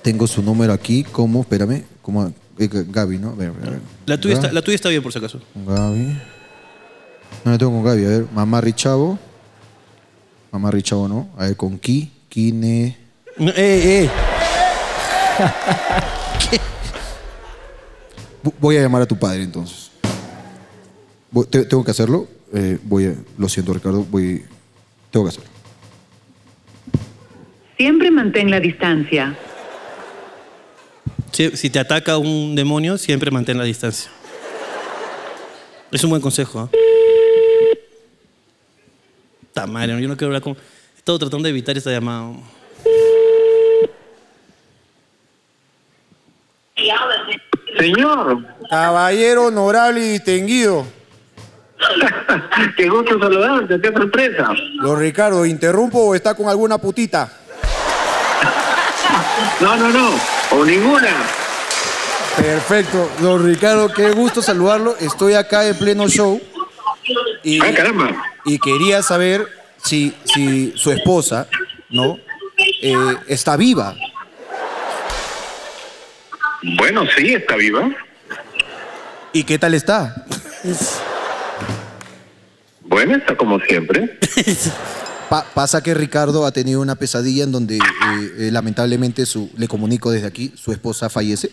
Speaker 2: Tengo su número aquí. ¿Cómo? Espérame. ¿Cómo? Eh, G- Gaby, ¿no? A ver, a ver.
Speaker 1: La tuya,
Speaker 2: Gaby.
Speaker 1: está, la tuya está bien por si acaso.
Speaker 2: Con Gaby. No, yo tengo con Gaby. A ver, mamá Richavo. Mamá Richavo, ¿no? A ver, con Ki. Kine.
Speaker 1: No, eh, eh.
Speaker 2: Vo- Voy a llamar a tu padre entonces. Voy- te- tengo que hacerlo. Eh, voy a- lo siento, Ricardo. Voy, tengo que hacerlo.
Speaker 7: Siempre mantén la distancia.
Speaker 1: Si, si te ataca un demonio, siempre mantén la distancia. Es un buen consejo. ¿ah? ¿eh? Ta madre, yo no quiero hablar con... He estado tratando de evitar esta llamada.
Speaker 10: Señor,
Speaker 11: Caballero honorable y distinguido.
Speaker 10: qué gusto saludarte, qué sorpresa.
Speaker 11: Don Ricardo, ¿interrumpo o está con alguna putita?
Speaker 10: No, no, no, o ninguna.
Speaker 11: Perfecto. Don Ricardo, qué gusto saludarlo. Estoy acá en pleno show y,
Speaker 10: Ah, caramba.
Speaker 11: y quería saber si, si su esposa, ¿no? Eh, está viva.
Speaker 10: Bueno, sí, está viva.
Speaker 11: ¿Y qué tal está?
Speaker 10: Bueno, está como siempre.
Speaker 2: Pa- pasa que Ricardo ha tenido una pesadilla en donde eh, eh, lamentablemente su, le comunico desde aquí, su esposa fallece.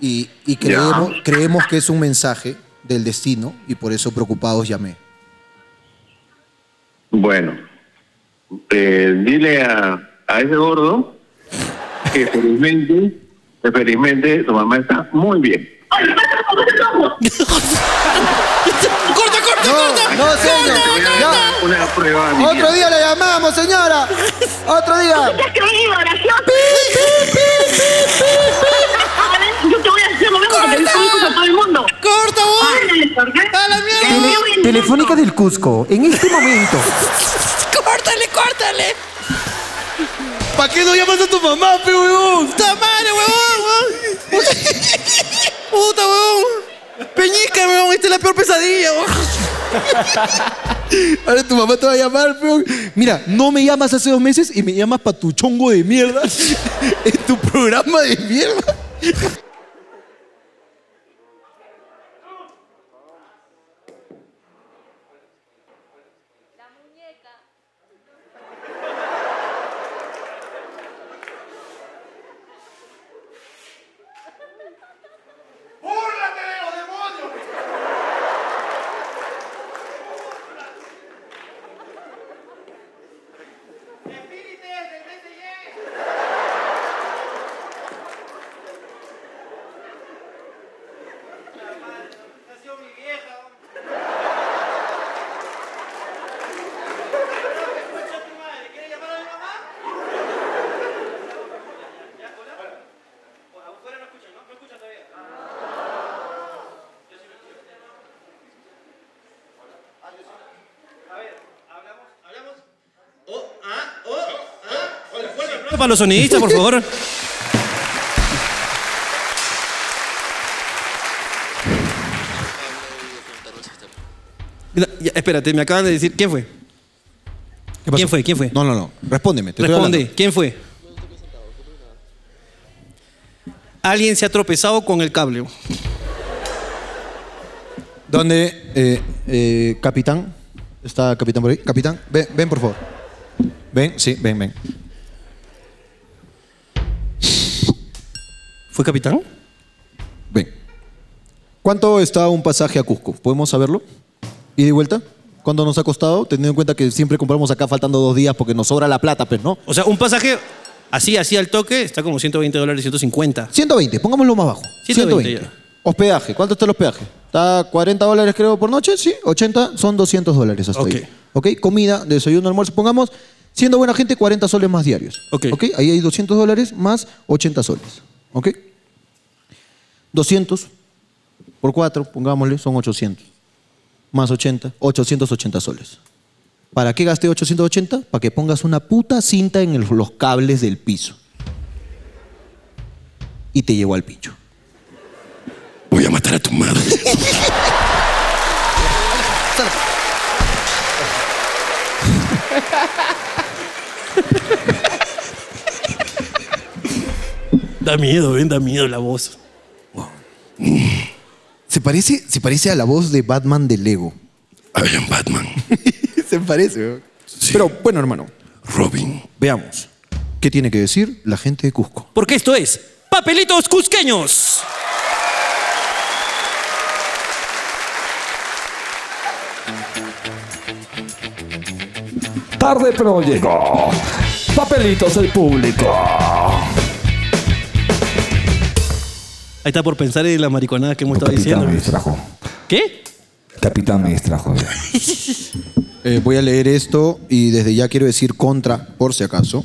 Speaker 2: Y, y creemos, creemos que es un mensaje del destino y por eso preocupados llamé.
Speaker 10: Bueno, eh, dile a, a ese gordo que felizmente, que felizmente su mamá está muy bien.
Speaker 1: ¡Corta, corta, corta!
Speaker 11: No, señor. Ya.
Speaker 10: Una prueba. de vida.
Speaker 11: Otro día le llamamos, señora. Otro día.
Speaker 12: ¿Te has creído, gracioso? Ahora Yo te voy a decir lo mismo que te digo a todo el mundo.
Speaker 1: ¡Corta, vos!
Speaker 12: Ándale, ¿por qué?
Speaker 1: ¡A la mierda!
Speaker 12: Te veo en-
Speaker 2: Telefónica del Cusco, en este momento.
Speaker 1: ¡Córtale, córtale! ¿Para qué no llamas a tu mamá, pe, huevón? ¡Puta madre, huevón! huevón! ¡Puta, huevón! ¡Peñica, huevón! ¡Esta es la peor pesadilla, huevón!
Speaker 2: Ahora tu mamá te va a llamar, peón. Mira, no me llamas hace dos meses y me llamas pa' tu chongo de mierda. en tu programa de mierda.
Speaker 1: Para los sonidistas, por favor. Mira, ya, espérate, me acaban de decir, ¿quién fue? ¿Quién fue? ¿Quién fue?
Speaker 2: No, no, no. Respóndeme. Te estoy
Speaker 1: Responde,
Speaker 2: hablando.
Speaker 1: ¿quién fue? Alguien se ha tropezado con el cable.
Speaker 2: ¿Dónde, eh, eh, capitán? ¿Está capitán por ahí? Capitán, ven, ven, por favor. Ven, sí, ven, ven.
Speaker 1: ¿Fue capitán?
Speaker 2: Ven. ¿Cuánto está un pasaje a Cusco? ¿Podemos saberlo? ¿Y de vuelta? ¿Cuánto nos ha costado? Teniendo en cuenta que siempre compramos acá faltando dos días porque nos sobra la plata, pues, ¿no?
Speaker 1: O sea, un pasaje así, así al toque, está como 120 dólares, 150.
Speaker 2: 120, pongámoslo más bajo.
Speaker 1: 120
Speaker 2: 120. Hospedaje, ¿cuánto está el hospedaje? Está 40 dólares creo por noche, sí, 80 son 200 dólares hasta
Speaker 1: Ok.
Speaker 2: ahí. Ok, comida, desayuno, almuerzo, pongamos, siendo buena gente, 40 soles más diarios.
Speaker 1: Ok.
Speaker 2: ahí hay 200 dólares más 80 soles. Ok. 200 por 4, pongámosle, son 800. Más 80, 880 soles. ¿Para qué gasté 880? Para que pongas una puta cinta en el- los cables del piso. Y te llevó al pincho.
Speaker 1: Voy a matar a tu madre. da miedo, ven, da miedo la voz.
Speaker 2: Se parece, se parece a la voz de Batman de Lego.
Speaker 1: I am Batman.
Speaker 2: se parece, weón. Pero bueno, hermano,
Speaker 1: Robin.
Speaker 2: veamos. ¿Qué tiene que decir la gente de Cusco?
Speaker 1: Porque esto es Papelitos Cusqueños.
Speaker 13: Tarde pero llegó. Papelitos del público.
Speaker 1: Ahí está por pensar en las mariconadas que hemos estado diciendo.
Speaker 13: Capitán me distrajo.
Speaker 1: ¿Qué?
Speaker 13: Capitán me distrajo.
Speaker 2: Eh, voy a leer esto y desde ya quiero decir contra, por si acaso.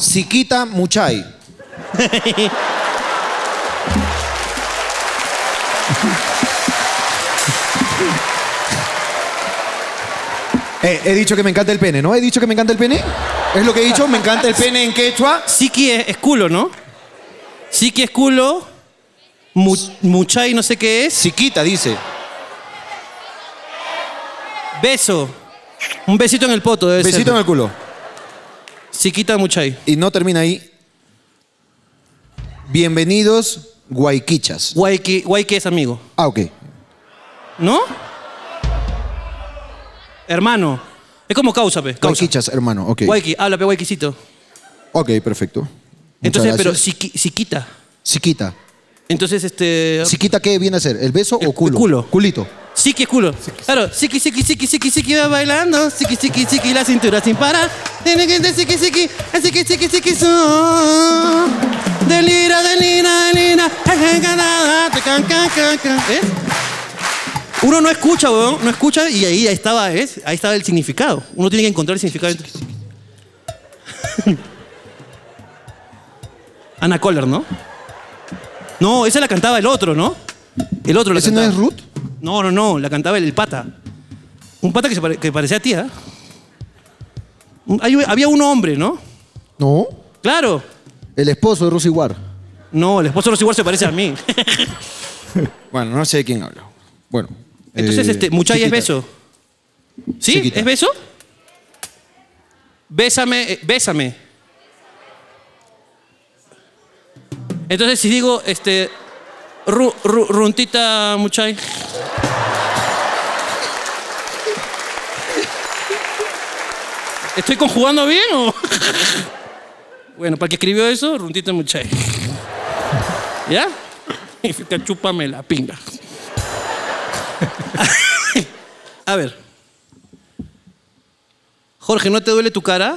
Speaker 2: Siquita Muchay. Eh, he dicho que me encanta el pene, ¿no? He dicho que me encanta el pene. Es lo que he dicho, me encanta el pene en quechua.
Speaker 1: Siki es, es culo, ¿no? Siki es culo. Mu- muchai no sé qué es.
Speaker 2: Siquita, dice.
Speaker 1: Beso. Un besito en el poto, debe ser.
Speaker 2: Besito en el culo.
Speaker 1: Siquita Muchay.
Speaker 2: Y no termina ahí. Bienvenidos, guayquichas.
Speaker 1: Guay que, guay que es amigo.
Speaker 2: Ah, ok.
Speaker 1: ¿No? Hermano. Es como causa, pe. Causa.
Speaker 2: Guayquichas, hermano, ok.
Speaker 1: Guayqui, habla, pe, guayquicito.
Speaker 2: Ok, perfecto. Muchas
Speaker 1: Entonces, pero
Speaker 2: gracias.
Speaker 1: siqui- siquita.
Speaker 2: Siquita.
Speaker 1: Entonces, este.
Speaker 2: ¿Siquita qué viene a ser? ¿El beso o culo?
Speaker 1: culo.
Speaker 2: Culito.
Speaker 1: Siki es culo. Claro, siki, siki, siki, siki, siki, va bailando. Siki, siki, siki, la cintura sin parar. Tiene que de siki, siki, eh, siki, siki, siki, son. Delira, delira, delira. ¿Ves? Uno no escucha, weón, no escucha y ahí, ahí estaba, ¿ves? Ahí estaba el significado. Uno tiene que encontrar el significado. Ana Coller, ¿no? No, esa la cantaba el otro, ¿no? El otro la
Speaker 2: ¿Ese no
Speaker 1: cantaba.
Speaker 2: es Ruth?
Speaker 1: No, no, no, la cantaba el, el pata. Un pata que, se pare- que parecía tía. Un- hay- había un hombre, ¿no?
Speaker 2: No.
Speaker 1: Claro.
Speaker 2: El esposo de Rosy War.
Speaker 1: No, el esposo de los igual se parece a mí.
Speaker 2: Eh, Bueno, no sé de quién habla. Bueno.
Speaker 1: Entonces,
Speaker 2: eh,
Speaker 1: este, muchacha es
Speaker 2: Chiquita.
Speaker 1: beso. ¿Sí?
Speaker 2: Chiquita.
Speaker 1: ¿Es beso? Bésame, eh, bésame. Entonces, si digo, este. ru- ru- runtita, muchay. ¿Estoy conjugando bien o.? bueno, para el que escribió eso, runtita, muchay. ¿Ya? Significa chúpame la pinga. A ver. Jorge, ¿no te duele tu cara?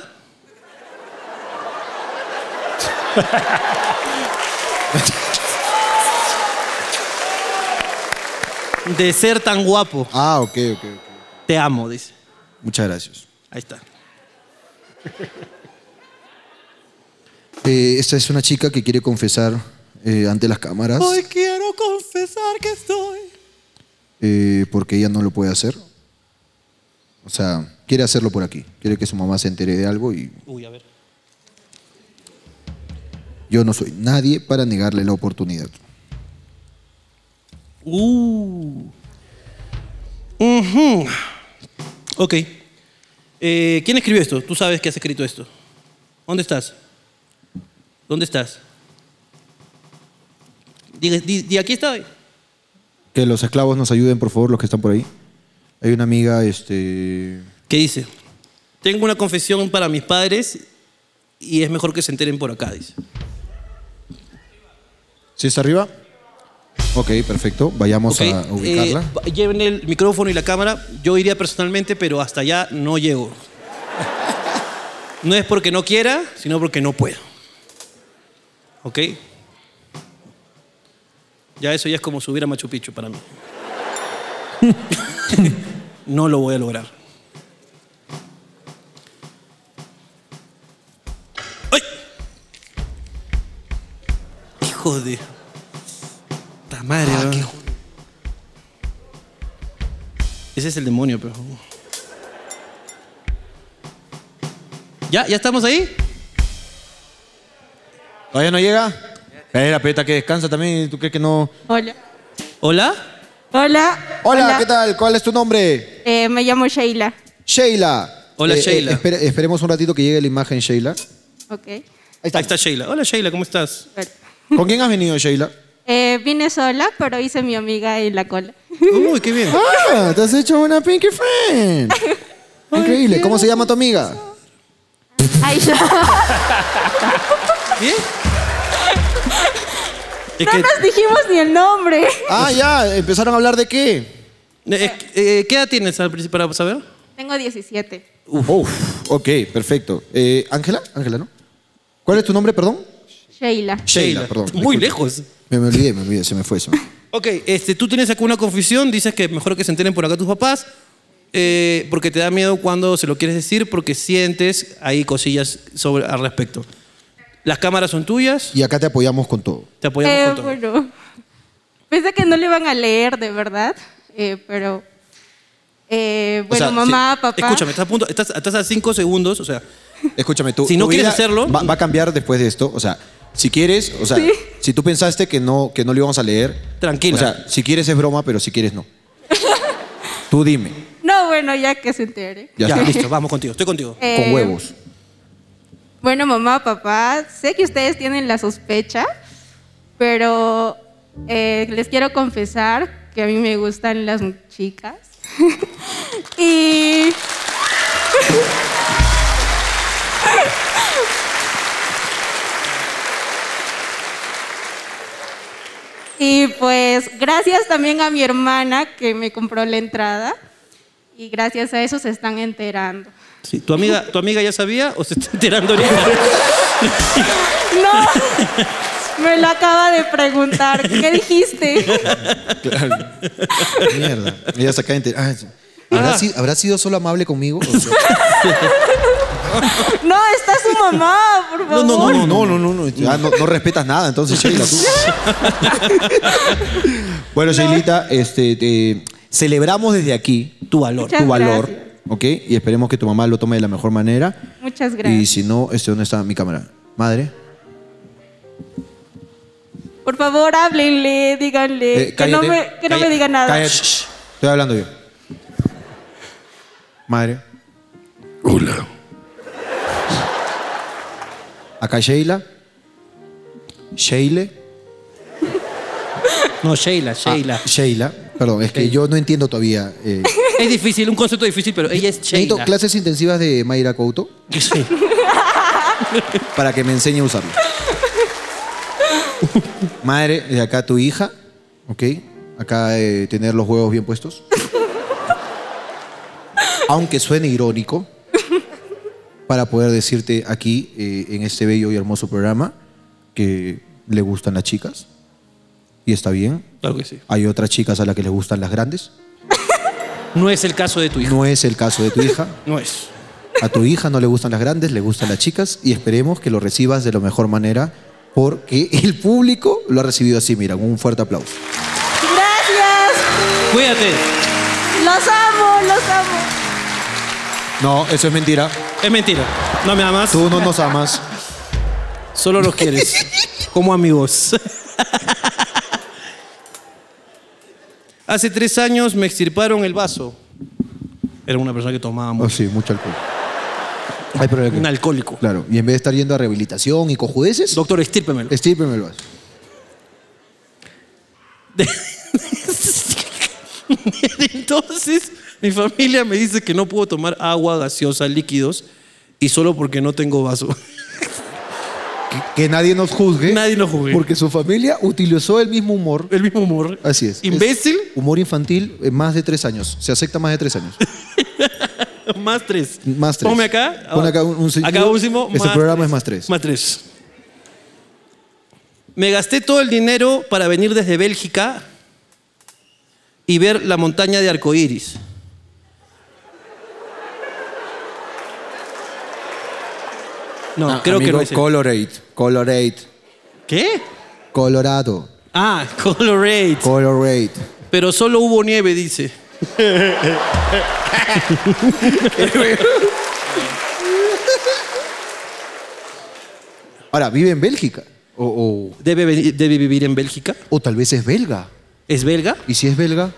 Speaker 1: De ser tan guapo.
Speaker 2: Ah, ok, ok, ok.
Speaker 1: Te amo, dice.
Speaker 2: Muchas gracias.
Speaker 1: Ahí está.
Speaker 2: Eh, esta es una chica que quiere confesar eh, ante las cámaras
Speaker 1: Hoy quiero confesar que estoy.
Speaker 2: eh, porque ella no lo puede hacer. O sea, quiere hacerlo por aquí. Quiere que su mamá se entere de algo y
Speaker 1: Uy, a ver.
Speaker 2: yo no soy nadie para negarle la oportunidad.
Speaker 1: Uh. Ujú. Ok. Eh, ¿Quién escribió esto? Tú sabes que has escrito esto. ¿Dónde estás? ¿Dónde estás? Diga- di- di, aquí estoy.
Speaker 2: Que los esclavos nos ayuden, por favor, los que están por ahí. Hay una amiga, este...
Speaker 1: ¿Qué dice? Tengo una confesión para mis padres y es mejor que se enteren por acá, dice.
Speaker 2: ¿Sí está arriba? Ok, perfecto. Vayamos
Speaker 1: Ok,
Speaker 2: a ubicarla.
Speaker 1: eh, pa- lleven el micrófono y la cámara. Yo iría personalmente, pero hasta allá no llego. No es porque no quiera, sino porque no puedo. ¿Ok? Ya eso ya es como subir a Machu Picchu para mí. no lo voy a lograr. ¡Ay! Hijo de... ¡Ta madre!
Speaker 2: Ah,
Speaker 1: weón. Ese es el demonio, pero. ¿Ya? ¿Ya estamos ahí?
Speaker 2: ¿Todavía no llega? Era peta que descansa también. ¿Tú crees que no...?
Speaker 14: Hola.
Speaker 1: ¿Hola?
Speaker 14: Hola.
Speaker 2: Hola, ¿qué tal? ¿Cuál es tu nombre?
Speaker 14: Eh, me llamo Sheila.
Speaker 2: Sheila. Eh,
Speaker 1: Hola, Sheila.
Speaker 2: espere- esperemos un ratito que llegue la imagen, Sheila.
Speaker 14: Ok.
Speaker 1: Ahí está. Sheila. Hola, Sheila, ¿cómo estás?
Speaker 2: ¿Con quién has venido, Sheila?
Speaker 14: Eh, vine sola, pero hice mi amiga en la cola.
Speaker 1: Uy, qué bien.
Speaker 2: Ah, te has hecho una Pinky Friend. Increíble. ¿Cómo se llama tu amiga?
Speaker 14: Aisha.
Speaker 1: ¿Qué? Es
Speaker 14: No
Speaker 1: que-
Speaker 14: nos dijimos ni el nombre.
Speaker 2: Ah, ya. ¿Empezaron a hablar de qué?
Speaker 1: Eh, eh, ¿Qué edad tienes al principio para saber?
Speaker 14: Tengo 17.
Speaker 2: Uf. ok, perfecto. Eh, ¿Ángela? ¿Ángela, no? ¿Cuál es tu nombre, perdón?
Speaker 14: Sheila.
Speaker 2: Sheila, perdón.
Speaker 1: Muy
Speaker 2: disculpe.
Speaker 1: lejos.
Speaker 2: Me, me olvidé, me olvidé. Se me fue eso.
Speaker 1: Ok, este, tú tienes acá una confesión, dices que mejor que se enteren por acá tus papás, eh, porque te da miedo cuando se lo quieres decir, porque sientes ahí cosillas sobre, al respecto. Las cámaras son tuyas,
Speaker 2: Y acá te apoyamos con todo.
Speaker 1: te apoyamos
Speaker 14: Eh,
Speaker 1: con todo.
Speaker 14: bueno. Pensé que no le iban a leer, de verdad. eh, pero. eh, bueno,
Speaker 1: O sea,
Speaker 14: mamá,
Speaker 1: si-
Speaker 14: papá.
Speaker 1: Escúchame, estás a punto, estás, estás a cinco segundos, o sea,
Speaker 2: Escúchame, tú.
Speaker 1: Si no
Speaker 2: tu
Speaker 1: quieres
Speaker 2: vida
Speaker 1: hacerlo-
Speaker 2: Va, va a cambiar después de esto. O sea, si quieres, o sea,
Speaker 1: Sí.
Speaker 2: si tú pensaste que no, que no lo íbamos a leer.
Speaker 1: Tranquila.
Speaker 2: O sea, si quieres es broma, pero si quieres no. tú dime.
Speaker 14: No, bueno, ya que se entere.
Speaker 1: ya,
Speaker 2: está.
Speaker 1: listo, vamos contigo, estoy contigo.
Speaker 14: Eh, Bueno, mamá, papá, sé que ustedes tienen la sospecha, pero eh, les quiero confesar que a mí me gustan las chicas. y. y pues gracias también a mi hermana que me compró la entrada y gracias a eso se están enterando.
Speaker 1: Sí, ¿tu, amiga, ¿Tu amiga ya sabía o se está enterando ahorita?
Speaker 14: No, me lo acaba de preguntar. ¿Qué dijiste?
Speaker 2: Claro. Mierda. Ella se acaba de enterar. Ay, ¿habrá, si- habrá sido solo amable conmigo? O sea,
Speaker 14: No, está su mamá, por favor.
Speaker 2: no, no, no, no, no. Ya no, no respetas nada, entonces, Sheila, tú. bueno, Sheilita, este, te- celebramos desde aquí tu valor.
Speaker 14: Muchas
Speaker 2: Tu valor, ¿ok? Y esperemos que tu mamá lo tome de la mejor manera.
Speaker 14: Muchas
Speaker 2: Y
Speaker 14: gracias.
Speaker 2: si no, este, ¿dónde está mi cámara? Madre.
Speaker 14: Por favor, háblenle, díganle.
Speaker 2: Eh,
Speaker 14: que no
Speaker 2: cállate,
Speaker 14: me, que no me
Speaker 2: cállate,
Speaker 14: diga nada.
Speaker 2: cállate. Shh, Estoy hablando yo. Madre.
Speaker 15: Hola.
Speaker 2: Acá Sheila. Sheila.
Speaker 1: No, Sheila, Sheila.
Speaker 2: Ah, Sheila. Perdón, es que yo no entiendo todavía. eh.
Speaker 1: Es difícil, un concepto difícil, pero ella es
Speaker 2: Necesito
Speaker 1: Sheila.
Speaker 2: clases intensivas de Mayra Couto
Speaker 1: Sí.
Speaker 2: para que me enseñe a usarlo. Madre, de acá tu hija, ¿ok? Acá eh, tener los huevos bien puestos. Aunque suene irónico, para poder decirte aquí, eh, en este bello y hermoso programa, que le gustan las chicas. Y está bien.
Speaker 1: Claro que sí.
Speaker 2: Hay otras chicas a las que les gustan las grandes.
Speaker 1: No es el caso de tu hija.
Speaker 2: No es el caso de tu hija.
Speaker 1: No es.
Speaker 2: A tu hija no le gustan las grandes, le gustan las chicas y esperemos que lo recibas de la mejor manera porque el público lo ha recibido así. Mira, un fuerte aplauso.
Speaker 14: Gracias.
Speaker 1: Cuídate.
Speaker 14: Los amo, los amo.
Speaker 2: No, eso es mentira.
Speaker 1: Es mentira. No me amas.
Speaker 2: Tú no nos amas.
Speaker 1: Solo los quieres. Como amigos. Hace tres años me extirparon el vaso. Era una persona que tomaba
Speaker 2: Oh,
Speaker 1: mucho.
Speaker 2: sí, mucho alcohol. Ay, pero
Speaker 1: Un alcohólico.
Speaker 2: Claro, y en vez de estar yendo a rehabilitación y cojudeces...
Speaker 1: Doctor, estírpemelo.
Speaker 2: Estírpemelo.
Speaker 1: Entonces, mi familia me dice que no puedo tomar agua, gaseosa, líquidos, y solo porque no tengo vaso.
Speaker 2: Que nadie nos juzgue.
Speaker 1: Nadie nos juzgue.
Speaker 2: Porque su familia utilizó el mismo humor.
Speaker 1: El mismo humor.
Speaker 2: Así es.
Speaker 1: Imbécil.
Speaker 2: Es humor infantil, eh, más de tres años. Se acepta más de tres años.
Speaker 1: Más tres.
Speaker 2: Más tres.
Speaker 1: Ponme acá.
Speaker 2: Pon acá un, un-
Speaker 1: Acá último.
Speaker 2: Este
Speaker 1: más
Speaker 2: programa
Speaker 1: tres.
Speaker 2: es más tres.
Speaker 1: Más tres. Me gasté todo el dinero para venir desde Bélgica y ver la montaña de arcoíris. No,
Speaker 2: Ah,
Speaker 1: creo que
Speaker 2: amigo,
Speaker 1: no es. él.
Speaker 2: Colorate. Colorate.
Speaker 1: ¿Qué?
Speaker 2: Colorado.
Speaker 1: Ah, Colorate.
Speaker 2: Colorate.
Speaker 1: Pero solo hubo nieve, dice.
Speaker 2: Ahora, vive en Bélgica. O,
Speaker 1: ¿Debe, veni- debe vivir en Bélgica.
Speaker 2: o- o tal vez es belga.
Speaker 1: ¿Es belga?
Speaker 2: ¿Y si es belga?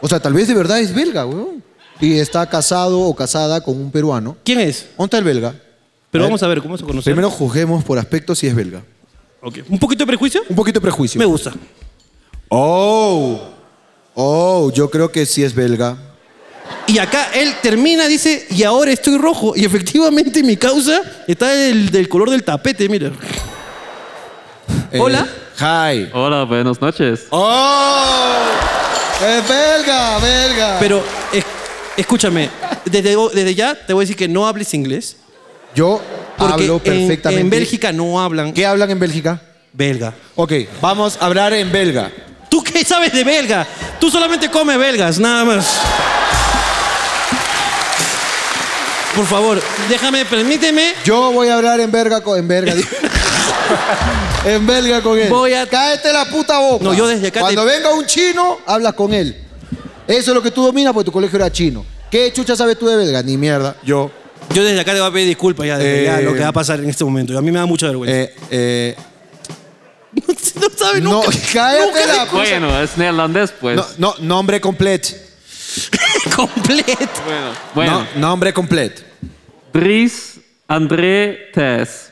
Speaker 2: O sea, tal vez de verdad es belga, weón. Y está casado o casada con un peruano.
Speaker 1: ¿Quién es?
Speaker 2: ¿Dónde está el belga?
Speaker 1: Pero
Speaker 2: A ver,
Speaker 1: vamos a ver cómo se conoce.
Speaker 2: Primero juzguemos por aspectos si es belga.
Speaker 1: Ok. ¿Un poquito de prejuicio?
Speaker 2: Un poquito de prejuicio.
Speaker 1: Me gusta.
Speaker 2: Oh. Oh, yo creo que sí es belga.
Speaker 1: Y acá él termina, dice, y ahora estoy rojo. Y efectivamente mi causa está del, del color del tapete, mira. Hola.
Speaker 2: Eh, Hi.
Speaker 16: Hola, buenas noches.
Speaker 2: ¡Oh! ¡Es belga, belga!
Speaker 1: Pero es- escúchame, desde, desde ya te voy a decir que no hables inglés.
Speaker 2: Yo
Speaker 1: Porque
Speaker 2: hablo
Speaker 1: en-
Speaker 2: perfectamente.
Speaker 1: En, Bélgica no hablan.
Speaker 2: ¿Qué hablan en Bélgica?
Speaker 1: Belga.
Speaker 2: Ok, vamos a hablar en belga.
Speaker 1: ¿Tú qué sabes de belga? Tú solamente comes belgas, nada más. Por favor, déjame, permíteme.
Speaker 2: Yo voy a hablar en verga co- en verga.
Speaker 11: en belga con él.
Speaker 1: Voy a-
Speaker 11: Cáete la puta boca.
Speaker 1: No, yo desde acá te-
Speaker 11: Cuando venga un chino, hablas con él. Eso es lo que tú dominas porque tu colegio era chino. ¿Qué chucha sabes tú de belga? Ni mierda. Yo.
Speaker 1: Yo desde acá te voy a pedir disculpas ya de
Speaker 11: Eh,
Speaker 1: lo que va a pasar en este momento. A mí me da mucha vergüenza.
Speaker 2: eh,
Speaker 1: no sabe
Speaker 11: nunca. Eh, No, cállate la puta.
Speaker 16: Bueno, es neerlandés, pues.
Speaker 11: No, no, nombre completo.
Speaker 1: completo.
Speaker 16: Bueno, bueno.
Speaker 11: No, nombre completo.
Speaker 16: Dries André Tess.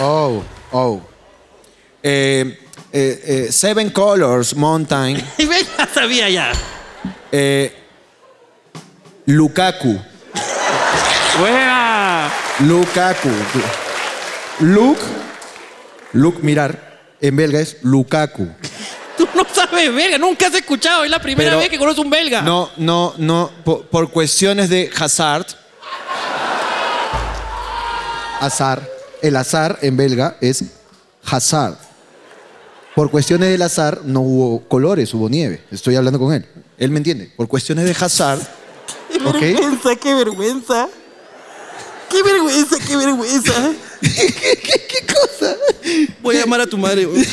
Speaker 11: Oh, oh. Eh, eh, eh, seven Colors Mountain.
Speaker 1: Y ve, ya sabía ya.
Speaker 11: Eh, Lukaku.
Speaker 16: Buena.
Speaker 11: Lukaku. Luke. Luke mirar. En belga es Lukaku.
Speaker 1: Tú no sabes belga, nunca has escuchado. Es la primera
Speaker 11: Pero-
Speaker 1: vez que conoces un belga.
Speaker 11: No, no, no. Por, por cuestiones de Hazard.
Speaker 2: Azar. El azar en belga es hazard. Por cuestiones del azar no hubo colores, hubo nieve. Estoy hablando con él. Él me entiende. Por cuestiones de hazard.
Speaker 12: Qué vergüenza, qué vergüenza. Qué vergüenza, qué vergüenza. ¿Qué, qué, qué cosa?
Speaker 1: Voy a llamar a tu madre. güey.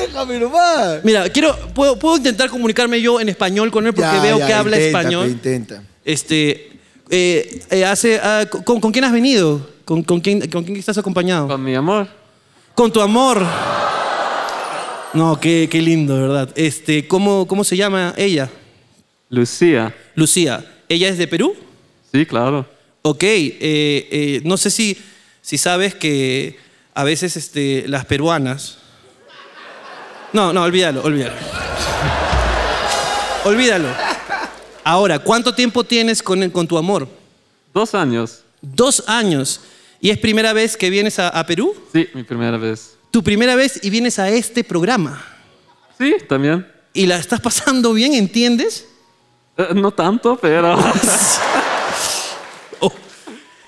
Speaker 11: Déjame nomás.
Speaker 1: Mira, quiero, puedo, puedo intentar comunicarme yo en español con él porque
Speaker 11: Ya,
Speaker 1: veo
Speaker 11: ya,
Speaker 1: que habla
Speaker 11: intenta,
Speaker 1: español.
Speaker 11: pe, Intenta.
Speaker 1: Este, eh, eh, hace, ah, ¿con, con quién has venido? ¿Con, con quién, ¿Con quién estás acompañado? Con
Speaker 16: mi amor.
Speaker 1: Con tu amor. No, qué, qué lindo, de ¿verdad? Este, ¿cómo, ¿Cómo se llama ella?
Speaker 16: Lucía.
Speaker 1: Lucía. ¿Ella es de Perú?
Speaker 16: Sí, claro.
Speaker 1: Ok, eh, eh, no sé si, si sabes que a veces este, las peruanas... No, no, olvídalo, olvídalo. Olvídalo. Ahora, ¿cuánto tiempo tienes con, con tu amor?
Speaker 16: Dos años.
Speaker 1: Dos años. ¿Y es primera vez que vienes a, a Perú?
Speaker 16: Sí, mi primera vez.
Speaker 1: Tu primera vez y vienes a este programa.
Speaker 16: Sí, también.
Speaker 1: ¿Y la estás pasando bien, entiendes?
Speaker 16: Eh, no tanto, pero.
Speaker 1: Oh,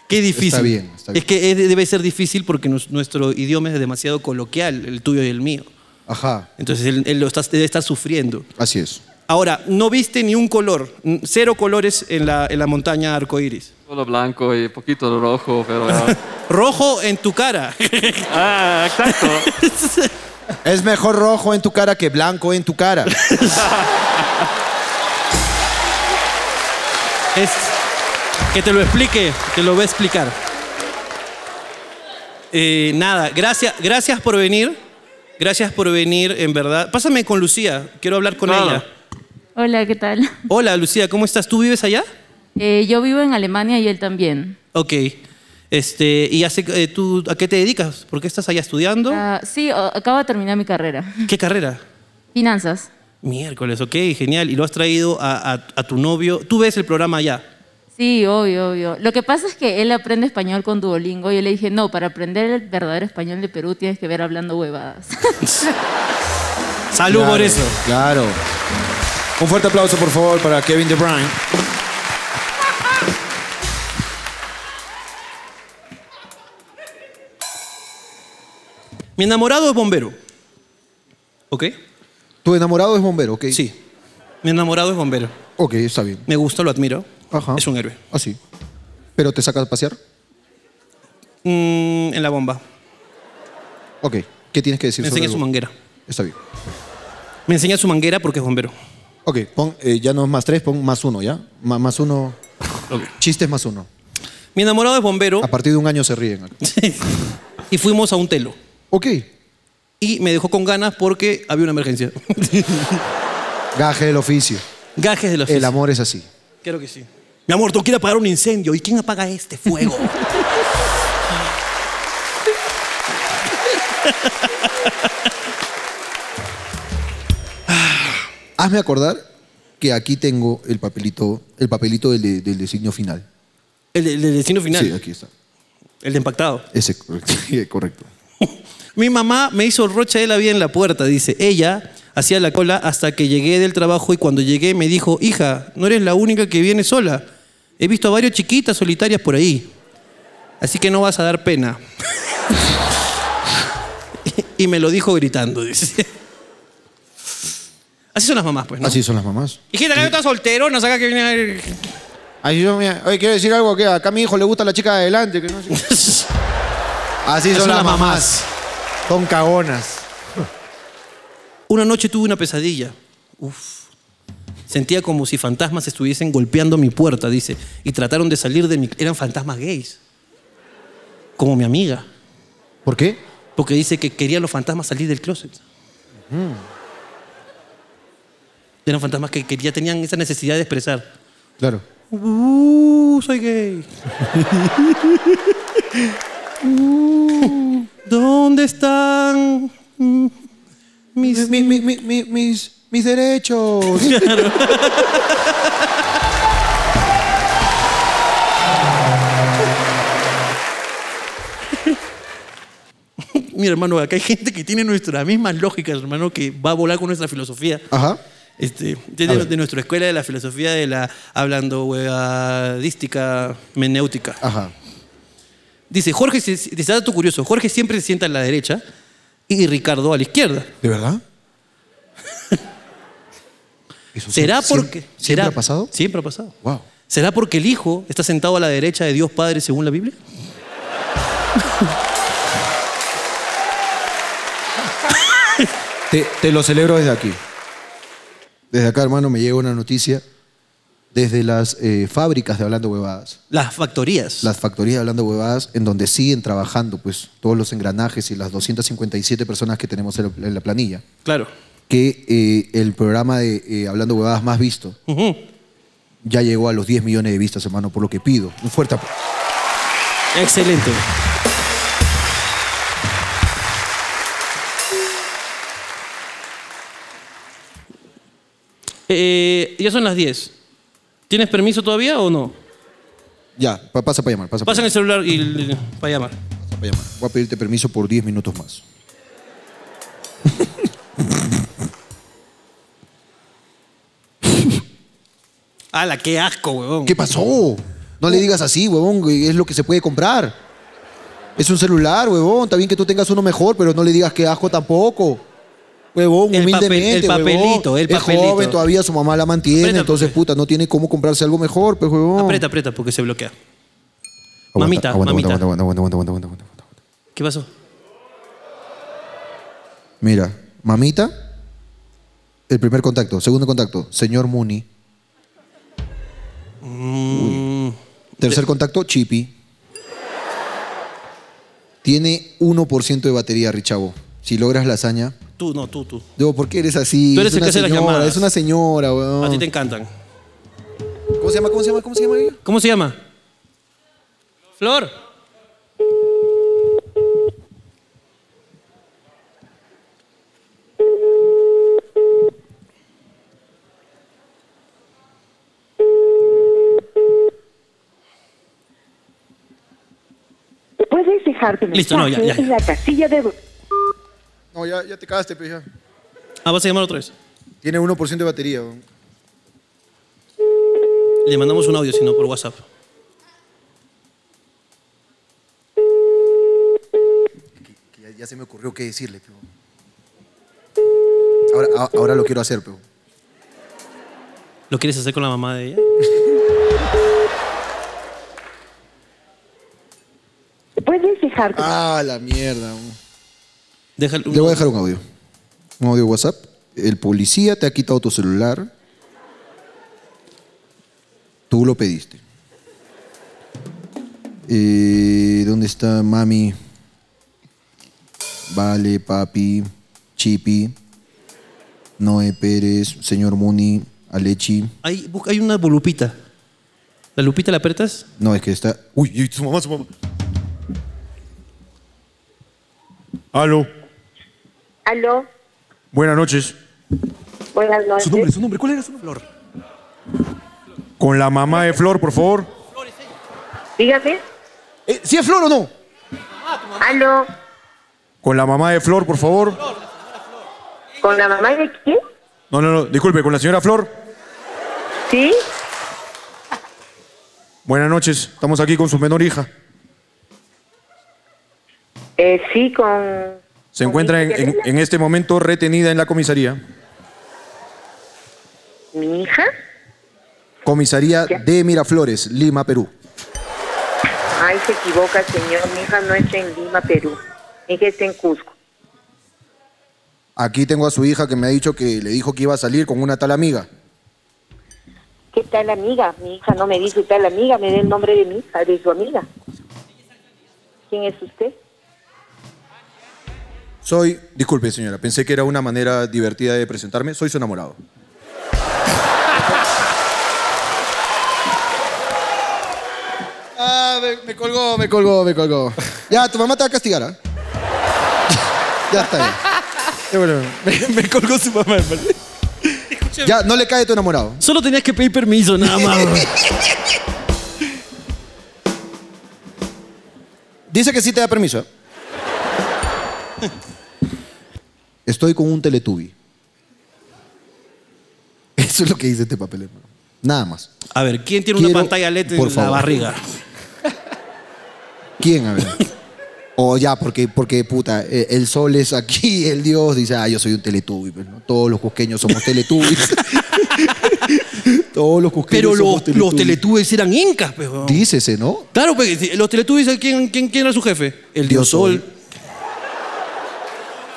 Speaker 1: Qué difícil.
Speaker 2: Está bien, está bien.
Speaker 1: Es que es- debe ser difícil porque nos- nuestro idioma es demasiado coloquial, el tuyo y el mío.
Speaker 2: Ajá.
Speaker 1: Entonces él, él lo está, debe estar sufriendo.
Speaker 2: Así es.
Speaker 1: Ahora, no viste ni un color, n- cero colores en la, en la montaña arcoíris.
Speaker 16: Solo blanco y poquito rojo, pero.
Speaker 1: Rojo en tu cara.
Speaker 16: ah, exacto.
Speaker 11: Es mejor rojo en tu cara que blanco en tu cara.
Speaker 1: Es que te lo explique, te lo voy a explicar. Eh, nada, gracias, gracias por venir. Gracias por venir, en verdad. Pásame con Lucía, quiero hablar con
Speaker 16: Claro.
Speaker 1: ella.
Speaker 17: Hola, ¿qué tal?
Speaker 1: Hola, Lucía, ¿cómo estás? ¿Tú vives allá?
Speaker 17: Eh, yo vivo en Alemania y él también.
Speaker 1: Ok. Este, ¿Y hace, eh, tú a qué te dedicas? ¿Por qué estás allá estudiando?
Speaker 17: Ah, sí, o- acabo de terminar mi carrera.
Speaker 1: ¿Qué carrera?
Speaker 17: Finanzas.
Speaker 1: Miércoles, ok, genial. Y lo has traído a, a- a tu novio. Tú ves el programa allá.
Speaker 17: Sí, obvio, obvio. Lo que pasa es que él aprende español con Duolingo y yo le dije, no, para aprender el verdadero español de Perú tienes que ver hablando huevadas.
Speaker 1: Salud
Speaker 11: Claro,
Speaker 1: por eso.
Speaker 11: Claro. Un fuerte aplauso, por favor, para Kevin De Bruyne.
Speaker 1: Mi enamorado es bombero. ¿Ok?
Speaker 2: Tu enamorado es bombero, ¿ok?
Speaker 1: Sí. Mi enamorado es bombero.
Speaker 2: Ok, está bien.
Speaker 1: Me gusta, lo admiro.
Speaker 2: Ajá.
Speaker 1: Es un héroe.
Speaker 2: Así. ¿Pero te sacas a pasear?
Speaker 1: Mm, en la bomba.
Speaker 2: Ok. ¿Qué tienes que decir
Speaker 1: Me
Speaker 2: sobre
Speaker 1: enseña
Speaker 2: el
Speaker 1: su
Speaker 2: bo-
Speaker 1: manguera.
Speaker 2: Está bien.
Speaker 1: Me enseña su manguera porque es bombero.
Speaker 2: Ok, pon, eh, ya no es más tres, pon más uno, ¿ya? Ma- más uno.
Speaker 1: Ok.
Speaker 2: Chistes más uno.
Speaker 1: Mi enamorado es bombero
Speaker 2: A partir de un año se ríen.
Speaker 1: y fuimos a un telo.
Speaker 2: Ok.
Speaker 1: Y me dejó con ganas porque había una emergencia.
Speaker 2: Gaje del oficio.
Speaker 1: Gajes de los
Speaker 2: El amor es así.
Speaker 1: Creo que sí. Mi amor, tú quieres apagar un incendio. ¿Y quién apaga este fuego?
Speaker 2: Hazme acordar que aquí tengo el papelito, el papelito del, de- del designio final.
Speaker 1: el, de- el del destino final.
Speaker 2: Sí, aquí está.
Speaker 1: El de impactado.
Speaker 2: Ese, correcto. Sí, correcto.
Speaker 1: Mi mamá me hizo rocha de la vida en la puerta, dice. Ella hacía la cola hasta que llegué del trabajo y cuando llegué me dijo, hija, no eres la única que viene sola. He visto a varias chiquitas solitarias por ahí. Así que no vas a dar pena. y me lo dijo gritando, dice. Así son las mamás, pues, ¿no?
Speaker 2: Así son las mamás.
Speaker 1: Hijita, que está soltero, no saca que viene a...
Speaker 11: Así son, mira. Oye, quiero decir algo que acá a mi hijo le gusta la chica de adelante. que no sé qué. Así son, las mamás. Son cagonas.
Speaker 1: Una noche tuve una pesadilla. Uf. Sentía como si fantasmas estuviesen golpeando mi puerta, dice. Y trataron de salir de mi... Eran fantasmas gays. Como mi amiga.
Speaker 2: ¿Por qué?
Speaker 1: Porque dice que querían los fantasmas salir del closet. Eran fantasmas que, que ya tenían esa necesidad de expresar.
Speaker 2: Claro.
Speaker 1: Uh, soy gay. Uh, ¿Dónde están mm, mis, mi- mi- mi- mi- mis, mis derechos? Mi hermano, acá hay gente que tiene nuestras mismas lógicas, hermano, que va a volar con nuestra filosofía.
Speaker 2: Ajá.
Speaker 1: Este, de, de- de nuestra escuela de la filosofía de la hablando huevadística menéutica.
Speaker 2: Ajá.
Speaker 1: Dice, Jorge, se- se- dice, dato curioso, Jorge siempre se sienta a la derecha y Ricardo a la izquierda.
Speaker 2: ¿De verdad?
Speaker 1: ¿Será
Speaker 2: siem-
Speaker 1: porque será-
Speaker 2: siem- Pues siempre ha pasado?
Speaker 1: Siempre ha pasado.
Speaker 2: Wow.
Speaker 1: ¿Será porque el hijo está sentado a la derecha de Dios Padre según la Biblia?
Speaker 2: Te, te lo celebro desde aquí. Desde acá, hermano, me llega una noticia desde las eh, fábricas de Hablando Huevadas.
Speaker 1: Las factorías.
Speaker 2: Las factorías de Hablando Huevadas, en donde siguen trabajando pues, todos los engranajes y las 257 personas que tenemos en la, en la planilla.
Speaker 1: Claro.
Speaker 2: Que eh, el programa de eh, Hablando Huevadas más visto ya llegó a los 10 millones de vistas, hermano, por lo que pido. Un fuerte aplauso.
Speaker 1: Excelente. Eh, ya son las 10. ¿Tienes permiso todavía o no?
Speaker 2: Ya, pa- pasa para llamar, pasa para
Speaker 1: Pasan el celular y el- para llamar.
Speaker 2: llamar. Voy a pedirte permiso por 10 minutos más.
Speaker 1: ¡Hala, qué asco, huevón!
Speaker 2: ¿Qué pasó? No le digas así, huevón, que es lo que se puede comprar. Es un celular, huevón. Está bien que tú tengas uno mejor, pero no le digas que asco tampoco. Huevón,
Speaker 1: El papel-
Speaker 2: humildemente,
Speaker 1: el papelito,
Speaker 2: huevón.
Speaker 1: el papelito.
Speaker 2: Es joven todavía, su mamá la mantiene,
Speaker 1: Aprieta,
Speaker 2: entonces, puta, no tiene cómo comprarse algo mejor, pues, huevón.
Speaker 1: Aprieta, aprieta, porque se bloquea.
Speaker 2: Aguanta,
Speaker 1: mamita,
Speaker 2: aguanta,
Speaker 1: mamita.
Speaker 2: aguanta, aguanta, aguanta, aguanta, aguanta, aguanta.
Speaker 1: ¿Qué pasó?
Speaker 2: Mira, mamita, el primer contacto. Segundo contacto, señor Muni.
Speaker 1: Mm,
Speaker 2: Uy. Tercer contacto, Chipi. Tiene 1% de batería, Richavo. Si logras la hazaña.
Speaker 1: Tú, no, tú, tú.
Speaker 2: Digo, ¿por qué eres así?
Speaker 1: Tú eres
Speaker 2: es
Speaker 1: el
Speaker 2: una
Speaker 1: que hace las
Speaker 2: señora,
Speaker 1: llamadas.
Speaker 2: Es una señora,
Speaker 1: A ti
Speaker 2: weón.
Speaker 1: te encantan.
Speaker 2: ¿Cómo se llama? ¿Cómo se llama? ¿Cómo se llama ella?
Speaker 1: ¿Cómo se llama? Flor.
Speaker 7: Puedes dejar tu
Speaker 1: Listo, no, ya,
Speaker 7: mensaje
Speaker 1: ya, ya.
Speaker 7: en la casilla de...
Speaker 11: No, ya, ya te cagaste, pues ya.
Speaker 1: Ah, vas a llamar otra vez.
Speaker 11: Tiene 1% de batería. weón.
Speaker 1: Le mandamos un audio, si no, por WhatsApp.
Speaker 2: Ya, ya se me ocurrió qué decirle, pero- Ahora, a- ahora lo quiero hacer, pues, pero.
Speaker 1: ¿Lo quieres hacer con la mamá de ella?
Speaker 7: Puedes dejar tu...
Speaker 2: Ah, la mierda. weón.
Speaker 1: Déjalo.
Speaker 2: Le voy a dejar un audio. Un audio WhatsApp. El policía te ha quitado tu celular. Tú lo pediste. Eh, ¿Dónde está mami? Vale, papi, Chipi, Noé Pérez, señor Muni, Alechi.
Speaker 1: Hay, busca- hay una volupita. ¿La lupita la apretas?
Speaker 2: No, es que está. Uy, uy, su mamá, su mamá.
Speaker 4: Aló,
Speaker 7: Aló,
Speaker 4: buenas noches.
Speaker 7: buenas noches.
Speaker 4: Su nombre, su nombre, ¿cuál era su nombre? Con la mamá de Flor, por favor.
Speaker 7: Dígame.
Speaker 2: Eh, ¿Sí es Flor o no?
Speaker 7: Aló,
Speaker 4: Con la mamá de Flor, por favor.
Speaker 7: ¿con la mamá de quién?
Speaker 4: No, no, no, disculpe, con la señora Flor.
Speaker 7: ¿Sí?
Speaker 4: Buenas noches, estamos aquí con su menor hija.
Speaker 7: Eh, sí, con...
Speaker 4: Se encuentra en, en- en este momento retenida en la comisaría.
Speaker 7: ¿Mi hija?
Speaker 2: Comisaría de Miraflores, Lima, Perú.
Speaker 7: Ay, se equivoca, señor. Mi hija no está en Lima, Perú. Mi hija está en Cusco.
Speaker 2: Aquí tengo a su hija que me ha dicho que le dijo que iba a salir con una tal amiga.
Speaker 7: ¿Qué tal amiga? Mi hija no me dice tal amiga, me dé el nombre de mi hija, de su amiga. ¿Quién es usted?
Speaker 2: Soy, disculpe señora, pensé que era una manera divertida de presentarme. Soy su enamorado.
Speaker 11: Ah, me, me colgó, me colgó, me colgó. Ya, tu mamá te va a castigar, ¿ah? ya está bien. Ya, bueno, me, me colgó su mamá, me parece. Ya, no le cae tu enamorado.
Speaker 1: Solo tenías que pedir permiso, nada más. bro.
Speaker 2: Dice que sí te da permiso. ¿eh? Estoy con un teletubi. Eso es lo que dice este papel, hermano. Nada más.
Speaker 1: A ver, ¿quién tiene una
Speaker 2: Quiero-
Speaker 1: pantalla LED en
Speaker 2: por
Speaker 1: la
Speaker 2: favor.
Speaker 1: barriga?
Speaker 2: ¿Quién? A ver. O ya, porque, porque puta, eh, el sol es aquí, el dios dice, ah, yo soy un teletubi. pues, ¿no? Todos los cusqueños somos teletubbies. Todos los cusqueños
Speaker 1: Pero los,
Speaker 2: somos
Speaker 1: los
Speaker 2: teletubbies.
Speaker 1: teletubbies eran incas, pues. weón.
Speaker 2: Dícese, ¿no?
Speaker 1: Claro, pues, si- los teletubbies, ¿quién, quién, quién era su jefe? El dios sol.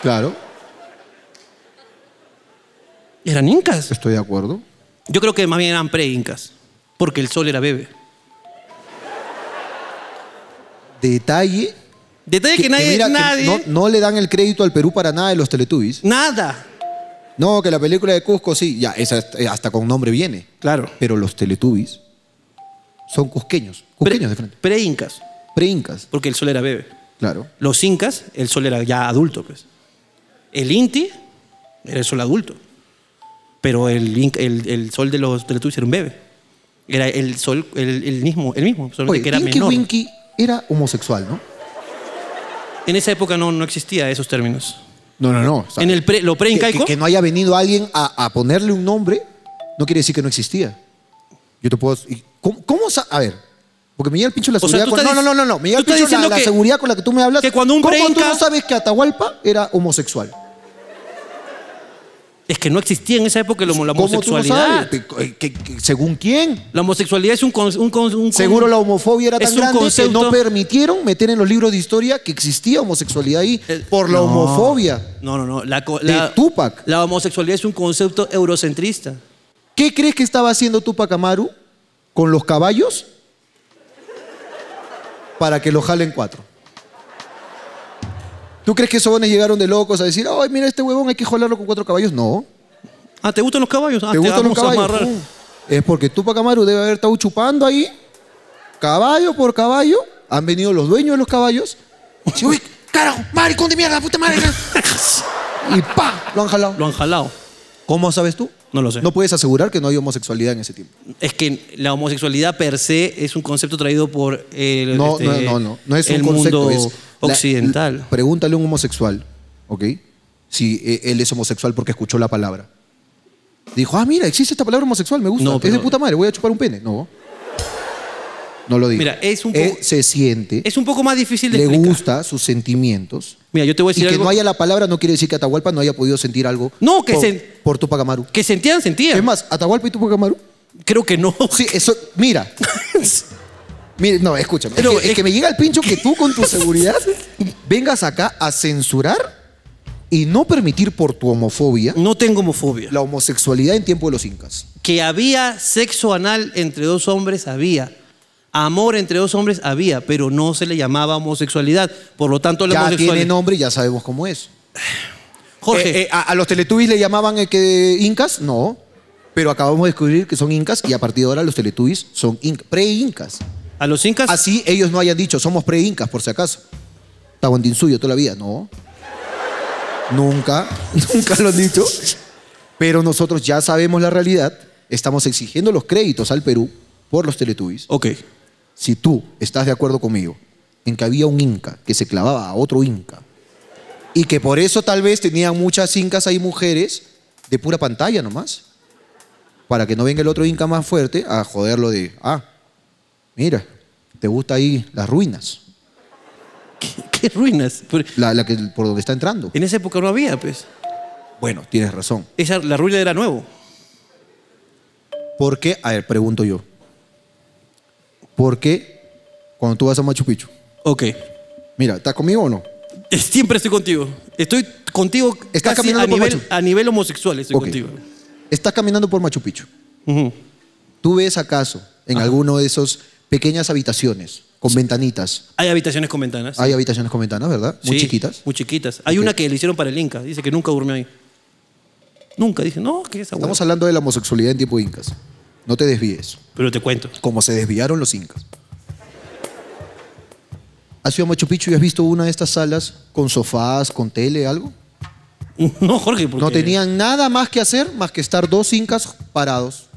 Speaker 2: Claro.
Speaker 1: ¿Eran incas?
Speaker 2: Estoy de acuerdo.
Speaker 1: Yo creo que más bien eran pre-incas, porque el sol era bebé.
Speaker 2: Detalle.
Speaker 1: Detalle que, nadie,
Speaker 2: mira, que
Speaker 1: nadie
Speaker 2: no, no le dan el crédito al Perú para nada de los Teletubbies.
Speaker 1: Nada.
Speaker 2: No, que la película de Cusco sí, ya, esa hasta- eh, hasta con nombre viene.
Speaker 1: Claro.
Speaker 2: Pero los Teletubbies son cusqueños. Cusqueños de frente.
Speaker 1: Pre-incas.
Speaker 2: Pre-incas.
Speaker 1: Porque el sol era bebé.
Speaker 2: Claro.
Speaker 1: Los incas, el sol era ya adulto, pues. El inti era el sol adulto. Pero el, inca- el, el sol de los teletubbies era un bebé. Era el sol, el, el mismo, el mismo, solamente
Speaker 2: Oye,
Speaker 1: que era
Speaker 2: Tinky
Speaker 1: menor.
Speaker 2: Winky era homosexual, ¿no?
Speaker 1: En esa época no, no existía esos términos.
Speaker 2: No, no, no.
Speaker 1: En el pre- lo
Speaker 2: que,
Speaker 1: pre-incaico.
Speaker 2: que- que no haya venido alguien a, a ponerle un nombre no quiere decir que no existía. Yo te puedo. y- ¿Cómo, cómo sa- A ver. Porque me llega el pincho la
Speaker 1: O sea,
Speaker 2: seguridad.
Speaker 1: tú
Speaker 2: con-
Speaker 1: estás
Speaker 2: no, no,
Speaker 1: dic-
Speaker 2: no, no, no. Me llega
Speaker 1: tú estás
Speaker 2: el pincho la,
Speaker 1: diciendo
Speaker 2: la
Speaker 1: que-
Speaker 2: seguridad con la que tú me hablas.
Speaker 1: que cuando un
Speaker 2: ¿Cómo tú
Speaker 1: pre-inca-
Speaker 2: no sabes que Atahualpa era homosexual?
Speaker 1: Es que no existía en esa época la homo- la
Speaker 2: ¿Cómo tú no
Speaker 1: homosexualidad.
Speaker 2: sabes? ¿Según quién?
Speaker 1: La homosexualidad es un, con- un con- un con-
Speaker 2: Seguro la homofobia era
Speaker 1: Es
Speaker 2: tan
Speaker 1: un
Speaker 2: grande que no
Speaker 1: concepto-
Speaker 2: permitieron meter en los libros de historia que existía homosexualidad ahí por la
Speaker 1: Eh, no.
Speaker 2: homofobia.
Speaker 1: No, no, no. La, co-
Speaker 2: De
Speaker 1: la- La homosexualidad es un concepto eurocentrista.
Speaker 2: ¿Qué crees que estaba haciendo Tupac Amaru con los caballos para que lo jalen cuatro? ¿Tú crees que esos jóvenes llegaron de locos a decir, ay, mira este huevón, hay que jolarlo con cuatro caballos? No.
Speaker 1: Ah, ¿te gustan los caballos? Ah,
Speaker 2: ¿Te gustan los
Speaker 1: vamos a
Speaker 2: caballos?
Speaker 1: amarrar.
Speaker 2: Uh, Es porque Tupac Amaru debe haber estado chupando ahí, caballo por caballo. Han venido los dueños de los caballos. Sí, uy, carajo, maricón de mierda, puta madre. y pa, lo han jalado.
Speaker 1: Lo han jalado.
Speaker 2: ¿Cómo sabes tú?
Speaker 1: No lo sé.
Speaker 2: No puedes asegurar que no hay homosexualidad en ese tiempo.
Speaker 1: Es que la homosexualidad per se es un concepto traído por el,
Speaker 2: No,
Speaker 1: este,
Speaker 2: no, no, no, no es
Speaker 1: el
Speaker 2: un concepto.
Speaker 1: mundo
Speaker 2: es la-
Speaker 1: occidental.
Speaker 2: la- pregúntale a un homosexual, ¿ok? Si eh, él es homosexual porque escuchó la palabra. Dijo, ah, mira, existe esta palabra homosexual, me gusta.
Speaker 1: No,
Speaker 2: es de
Speaker 1: pero-
Speaker 2: puta madre, voy a chupar un pene. No. No lo digo.
Speaker 1: Mira, es un poco-
Speaker 2: se siente,
Speaker 1: es un poco más difícil de
Speaker 2: le
Speaker 1: explicar.
Speaker 2: gusta sus sentimientos.
Speaker 1: Mira, yo te voy a
Speaker 2: Y
Speaker 1: decir
Speaker 2: que
Speaker 1: algo.
Speaker 2: no haya la palabra no quiere decir que Atahualpa no haya podido sentir algo.
Speaker 1: No, que
Speaker 2: por,
Speaker 1: sen-
Speaker 2: por Tupac Amaru.
Speaker 1: Que sentían, sentían.
Speaker 2: Es más, Atahualpa y Tupac Amaru.
Speaker 1: Creo que no.
Speaker 2: Sí, eso, mira. Mira, no, escúchame. es, que, es que me llega el pincho que tú con tu seguridad vengas acá a censurar y no permitir por tu homofobia.
Speaker 1: No tengo homofobia.
Speaker 2: La homosexualidad en tiempo de los incas.
Speaker 1: Que había sexo anal entre dos hombres, había. Amor entre dos hombres había, pero no se le llamaba homosexualidad. Por lo tanto, la
Speaker 2: Ya
Speaker 1: homosexualidad.
Speaker 2: tiene nombre y ya sabemos cómo es.
Speaker 1: Jorge.
Speaker 2: Eh, eh, a, a los teletubbies le llamaban eh, que incas, no. Pero acabamos de descubrir que son incas y a partir de ahora los teletubbies son inca- pre-incas.
Speaker 1: A los incas.
Speaker 2: eh, Así ellos no hayan dicho, somos pre-incas, por si acaso. Tahuantinsuyo toda la vida, no. Nunca, nunca lo han dicho. Pero nosotros ya sabemos la realidad. Estamos exigiendo los créditos al Perú por los teletubbies.
Speaker 1: Ok.
Speaker 2: Si tú estás de acuerdo conmigo en que había un inca que se clavaba a otro inca y que por eso tal vez tenían muchas incas ahí mujeres de pura pantalla nomás, para que no venga el otro inca más fuerte a joderlo de, ah, mira, te gusta ahí las ruinas.
Speaker 1: ¿Qué ruinas?
Speaker 2: La, la que, por donde está entrando.
Speaker 1: En esa época no había, pues.
Speaker 2: Bueno, tienes razón.
Speaker 1: Esa, la ruina era nuevo.
Speaker 2: ¿Por qué? A ver, pregunto yo. ¿Por qué cuando tú vas a Machu Picchu?
Speaker 1: Ok.
Speaker 2: Mira, ¿estás conmigo o no?
Speaker 1: Siempre estoy contigo. Estoy contigo
Speaker 2: Estás
Speaker 1: casi
Speaker 2: caminando
Speaker 1: a,
Speaker 2: por
Speaker 1: nivel,
Speaker 2: Machu.
Speaker 1: a nivel homosexual. Estoy
Speaker 2: Ok.
Speaker 1: contigo.
Speaker 2: Estás caminando por Machu Picchu. ¿Tú ves acaso en alguno de esos pequeñas habitaciones con ventanitas?
Speaker 1: Hay habitaciones con ventanas.
Speaker 2: Hay habitaciones con ventanas, ¿verdad? Muy
Speaker 1: Sí,
Speaker 2: chiquitas.
Speaker 1: Muy chiquitas. Hay una que le hicieron para el Inca. Dice que nunca durmió ahí. Nunca. Dije, no, ¿qué es esa hueá?
Speaker 2: Estamos hablando de la homosexualidad en tiempo incas. No te desvíes.
Speaker 1: Pero te cuento.
Speaker 2: Como se desviaron los incas. ¿Has ido a Machu Picchu y has visto una de estas salas con sofás, con tele, algo?
Speaker 1: No, Jorge, porque...
Speaker 2: No tenían nada más que hacer más que estar dos incas parados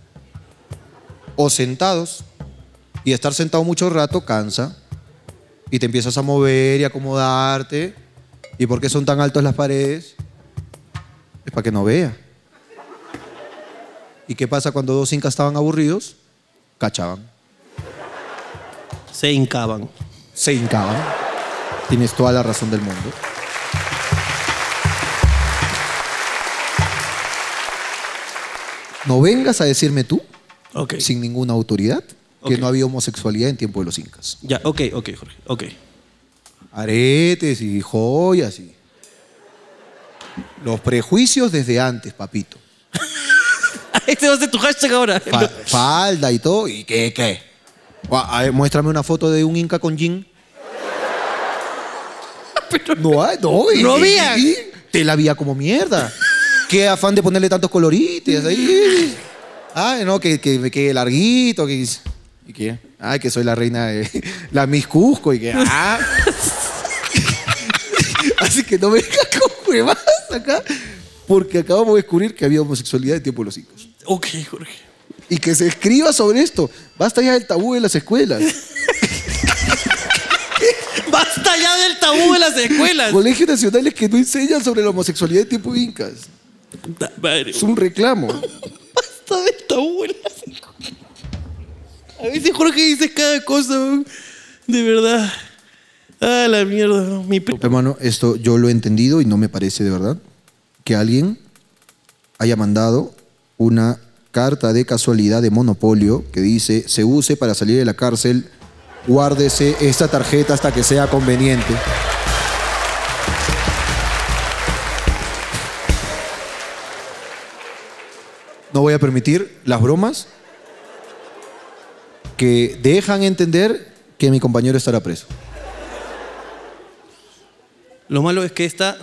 Speaker 2: o sentados. Y estar sentado mucho rato cansa. Y te empiezas a mover y acomodarte. ¿Y por qué son tan altas las paredes? Es para que no vea. ¿Y qué pasa cuando dos incas estaban aburridos? Cachaban.
Speaker 1: Se hincaban.
Speaker 2: Se hincaban. Tienes toda la razón del mundo. No vengas a decirme tú, sin ninguna autoridad, que no había homosexualidad en tiempo de los incas.
Speaker 1: Ya, ok, ok, Jorge. Ok.
Speaker 2: Aretes y joyas y... Los prejuicios desde antes, papito.
Speaker 1: Este va a ser tu hashtag ahora.
Speaker 2: Fa- falda y todo. ¿Y qué, qué? A ver, muéstrame una foto de un inca con jean. no, hay, no, y-
Speaker 12: No había.
Speaker 2: y- y Te la vía como mierda. Qué afán de ponerle tantos colorites ahí. Ah, no, que, que me quede larguito. Que, ¿Y qué? Ay, que soy la reina de la Miss Cusco y que. Ah. Así que no me vengas con huevadas acá, porque acabamos de descubrir que había homosexualidad en tiempo de los incas
Speaker 1: Ok, Jorge.
Speaker 2: y que se escriba sobre esto. Basta ya del tabú de las escuelas.
Speaker 1: Basta ya del tabú de las escuelas.
Speaker 2: Colegios nacionales que no enseñan sobre la homosexualidad de tipo incas. Es un reclamo.
Speaker 1: Basta del tabú de las escuelas. A veces Jorge dice cada cosa, weón. De verdad. Ah, la mierda. weón. Mi pri-
Speaker 2: Hermano, esto yo lo he entendido y no me parece de verdad que alguien haya mandado una carta de casualidad de monopolio que dice se use para salir de la cárcel, guárdese esta tarjeta hasta que sea conveniente. No voy a permitir las bromas que dejan entender que mi compañero estará preso.
Speaker 1: Lo malo es que esta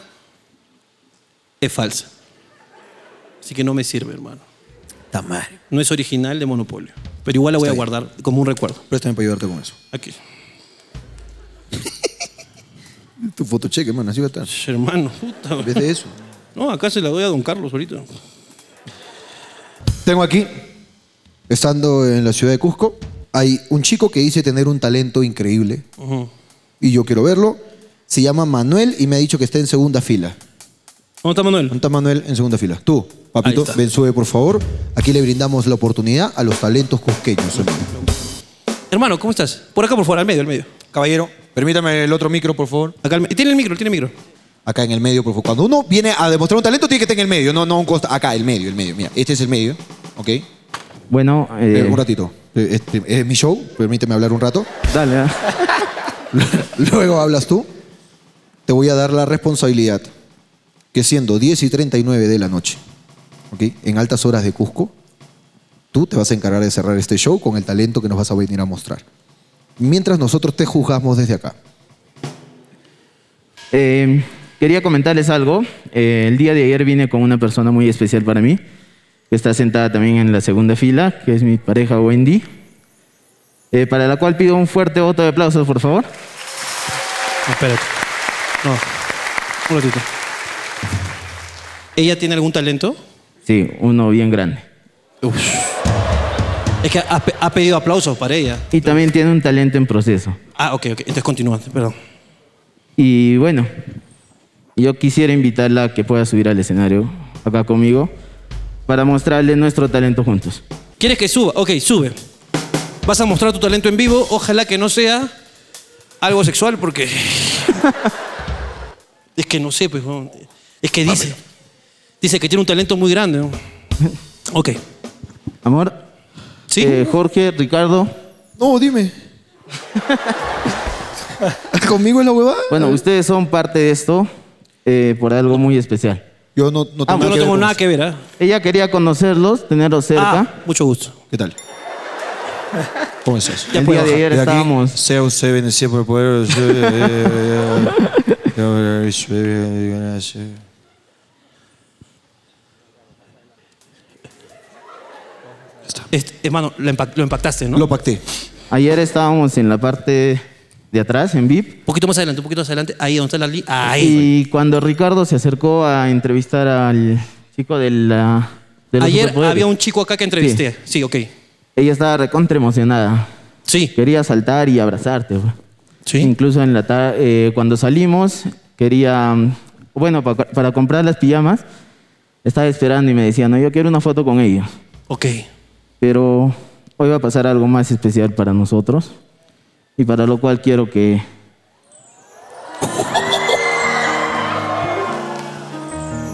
Speaker 1: es falsa. Así que no me sirve, hermano.
Speaker 2: Está mal.
Speaker 1: No es original de Monopolio. Pero igual la voy
Speaker 2: Está
Speaker 1: a
Speaker 2: bien.
Speaker 1: guardar como un recuerdo.
Speaker 2: Préstame para ayudarte con eso.
Speaker 1: Aquí.
Speaker 2: Tu fotocheque, hermano, así va a estar.
Speaker 1: Hermano, puta.
Speaker 2: En vez de eso.
Speaker 1: No, acá se la doy a don Carlos ahorita.
Speaker 2: Tengo aquí, estando en la ciudad de Cusco, hay un chico que dice tener un talento increíble
Speaker 1: Ujú.
Speaker 2: y yo quiero verlo. Se llama Manuel y me ha dicho que está en segunda fila.
Speaker 1: ¿Dónde está Manuel?
Speaker 2: ¿Dónde está Manuel en segunda fila? Tú, papito,
Speaker 1: Ahí está.
Speaker 2: ven, sube, por favor. Aquí le brindamos la oportunidad a los talentos cusqueños, hermano.
Speaker 1: Hermano, ¿cómo estás? Por acá, por favor, al medio, al medio.
Speaker 2: Caballero, permítame el otro micro, por favor.
Speaker 1: Acá al me- tiene el micro, tiene el micro.
Speaker 2: Acá en el medio, por favor. Cuando uno viene a demostrar un talento, tiene que estar en el medio, no, no a un costa. Acá, el medio, el medio. Mira, este es el medio, ¿ok?
Speaker 3: Bueno,
Speaker 2: Eh,
Speaker 3: eh,
Speaker 2: un ratito. Eh, este, es mi show, permíteme hablar un rato.
Speaker 3: Dale. ah.
Speaker 2: Luego hablas tú. Te voy a dar la responsabilidad que siendo 10 y 39 de la noche, ¿ok? en altas horas de Cusco, tú te vas a encargar de cerrar este show con el talento que nos vas a venir a mostrar. Mientras nosotros te juzgamos desde acá.
Speaker 3: eh, quería comentarles algo. Eh, el día de ayer vine con una persona muy especial para mí, que está sentada también en la segunda fila, que es mi pareja Wendy, eh, para la cual pido un fuerte voto de aplausos, por favor.
Speaker 1: Espérate. No. Un ratito. ¿Ella tiene algún talento?
Speaker 3: Sí, uno bien grande.
Speaker 1: Es que ha, pe- ha pedido aplausos para ella.
Speaker 3: Y también tiene un talento en proceso.
Speaker 1: Ah, ok, ok. Entonces continúa, perdón.
Speaker 3: Y bueno, yo quisiera invitarla a que pueda subir al escenario acá conmigo para mostrarle nuestro talento juntos.
Speaker 1: ¿Quieres que suba? Ok, sube. Vas a mostrar tu talento en vivo. Ojalá que no sea algo sexual porque... es que no sé, pues... weón. Es que dice... Dice que tiene un talento muy grande. ¿no? Ok.
Speaker 3: Amor, Eh, Jorge, Ricardo.
Speaker 2: No, dime. ¿Conmigo es la huevada?
Speaker 3: Bueno, ustedes son parte de esto eh, por algo muy especial. Ah,
Speaker 2: Yo no, no
Speaker 1: yo no tengo nada que ver, ¿ah?
Speaker 3: Ella quería conocerlos, tenerlos cerca.
Speaker 1: mucho gusto.
Speaker 2: ¿Qué tal? ¿Cómo estás?
Speaker 3: El día de ayer
Speaker 18: De aquí,
Speaker 3: estábamos.
Speaker 18: Sea usted bendecido por el poder.
Speaker 1: Este, hermano, lo, impact- lo impactaste, ¿no? Lo
Speaker 2: pacté.
Speaker 3: Ayer estábamos en la parte de atrás, en VIP.
Speaker 1: Un poquito más adelante, un poquito más adelante. Ahí donde está la li. Ahí.
Speaker 3: Y cuando Ricardo se acercó a entrevistar al chico de la. de los
Speaker 1: Ayer
Speaker 3: superpoderes,
Speaker 1: había un chico acá que entrevisté. Sí, ok.
Speaker 3: Ella estaba recontra emocionada.
Speaker 1: Sí.
Speaker 3: Quería saltar y abrazarte. Sí. Incluso en la ta- eh, cuando salimos, quería. mm, Bueno, pa- para comprar las pijamas, estaba esperando y me decía, no, yo quiero una foto con ellos.
Speaker 1: Ok.
Speaker 3: Pero hoy va a pasar algo más especial para nosotros. Y para lo cual quiero que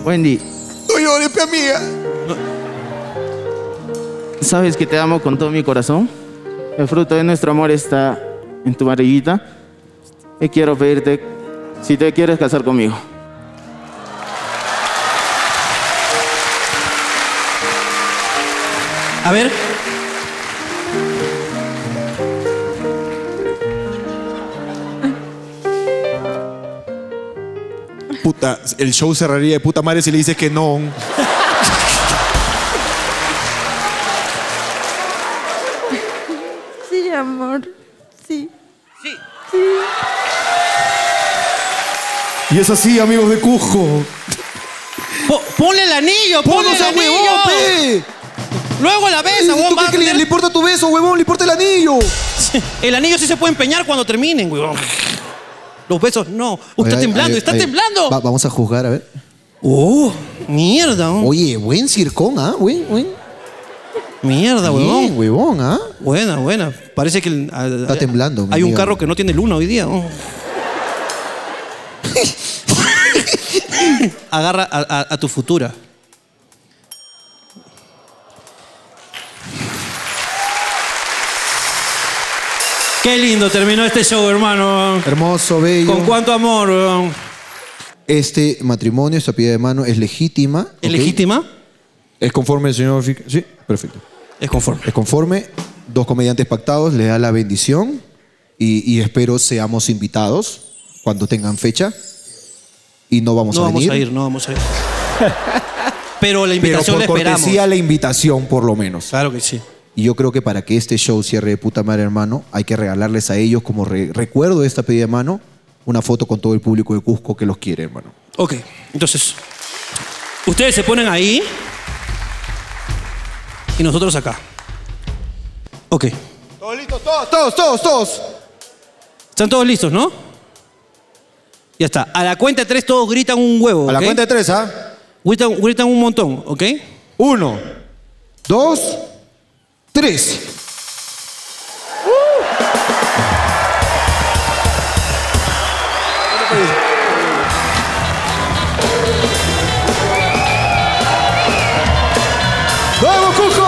Speaker 3: Wendy,
Speaker 12: No llores, pe amiga.
Speaker 3: sabes que te amo con todo mi corazón. El fruto de nuestro amor está en tu barriguita. Y quiero pedirte si te quieres casar conmigo.
Speaker 1: A ver.
Speaker 18: Puta, el show cerraría de puta madre si le dices que no.
Speaker 14: Sí, amor. Sí. Sí. Sí.
Speaker 4: Y es así, amigos de Cusco.
Speaker 1: Po- ponle el anillo, ponle el
Speaker 11: ese
Speaker 1: anillo.
Speaker 11: huevón, pe.
Speaker 1: Luego la
Speaker 11: ¿Tú
Speaker 1: besa, huevón.
Speaker 11: crees
Speaker 1: va a
Speaker 11: que le,
Speaker 1: tener-
Speaker 11: le importa tu beso, huevón? Le importa el anillo.
Speaker 1: El anillo sí se puede empeñar cuando terminen, huevón. Los besos no.
Speaker 2: Oye,
Speaker 1: Usted está
Speaker 2: ay,
Speaker 1: temblando,
Speaker 2: ay,
Speaker 1: está
Speaker 2: ay.
Speaker 1: temblando.
Speaker 2: Va- vamos a juzgar, a ver.
Speaker 1: ¡Oh! ¡Mierda! oh,
Speaker 2: Oye, buen circón, ¿ah? Buen, buen.
Speaker 1: Mierda,
Speaker 2: Bien,
Speaker 1: huevón.
Speaker 2: huevón, ¿ah?
Speaker 1: Buena, buena. Parece que el-
Speaker 2: Está temblando. mi
Speaker 1: hay un
Speaker 2: amigo.
Speaker 1: carro que no tiene luna hoy día. oh. Agarra a, a- a tu futura. Qué lindo terminó este show, hermano.
Speaker 2: Hermoso, bello.
Speaker 1: Con cuánto amor, huevón.
Speaker 2: Este matrimonio, esta piedra de mano, es legítima.
Speaker 1: ¿Es legítima?
Speaker 2: Es conforme el señor. Sí, perfecto.
Speaker 1: Es conforme.
Speaker 2: Es conforme. Dos comediantes pactados, le da la bendición y, y espero seamos invitados cuando tengan fecha. Y no vamos
Speaker 1: no
Speaker 2: a
Speaker 1: vamos
Speaker 2: venir.
Speaker 1: a ir, no vamos a ir. Pero la
Speaker 2: Pero
Speaker 1: invitación
Speaker 2: por
Speaker 1: la esperamos.
Speaker 2: cortesía la invitación, por lo menos.
Speaker 1: Claro que sí.
Speaker 2: Y yo creo que para que este show cierre de puta madre, hermano, hay que regalarles a ellos, como re- recuerdo de esta pedida de mano, una foto con todo el público de Cusco que los quiere, hermano.
Speaker 1: Ok, entonces, ustedes se ponen ahí y nosotros acá. Ok.
Speaker 11: Todos listos, todos, todos, todos, todos.
Speaker 1: ¿Están todos listos, no? Ya está. A la cuenta de tres todos gritan un huevo.
Speaker 11: A la cuenta de
Speaker 1: tres, ¿ah? Gritan, gritan un montón, ¿ok? Uno, dos, tres.
Speaker 11: ¡Vamos, Cusco!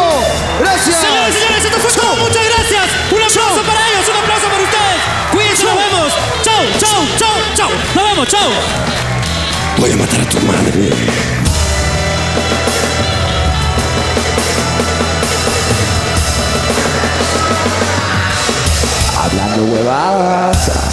Speaker 11: ¡Gracias!
Speaker 12: Señores, señores, esto fue todo. Muchas gracias. Un aplauso para ellos, un aplauso para ustedes. Cuídense, nos vemos. Chau, chau, chau, chau. Nos vemos, chau.
Speaker 15: Voy a matar a tu madre.
Speaker 12: Hablando huevadas.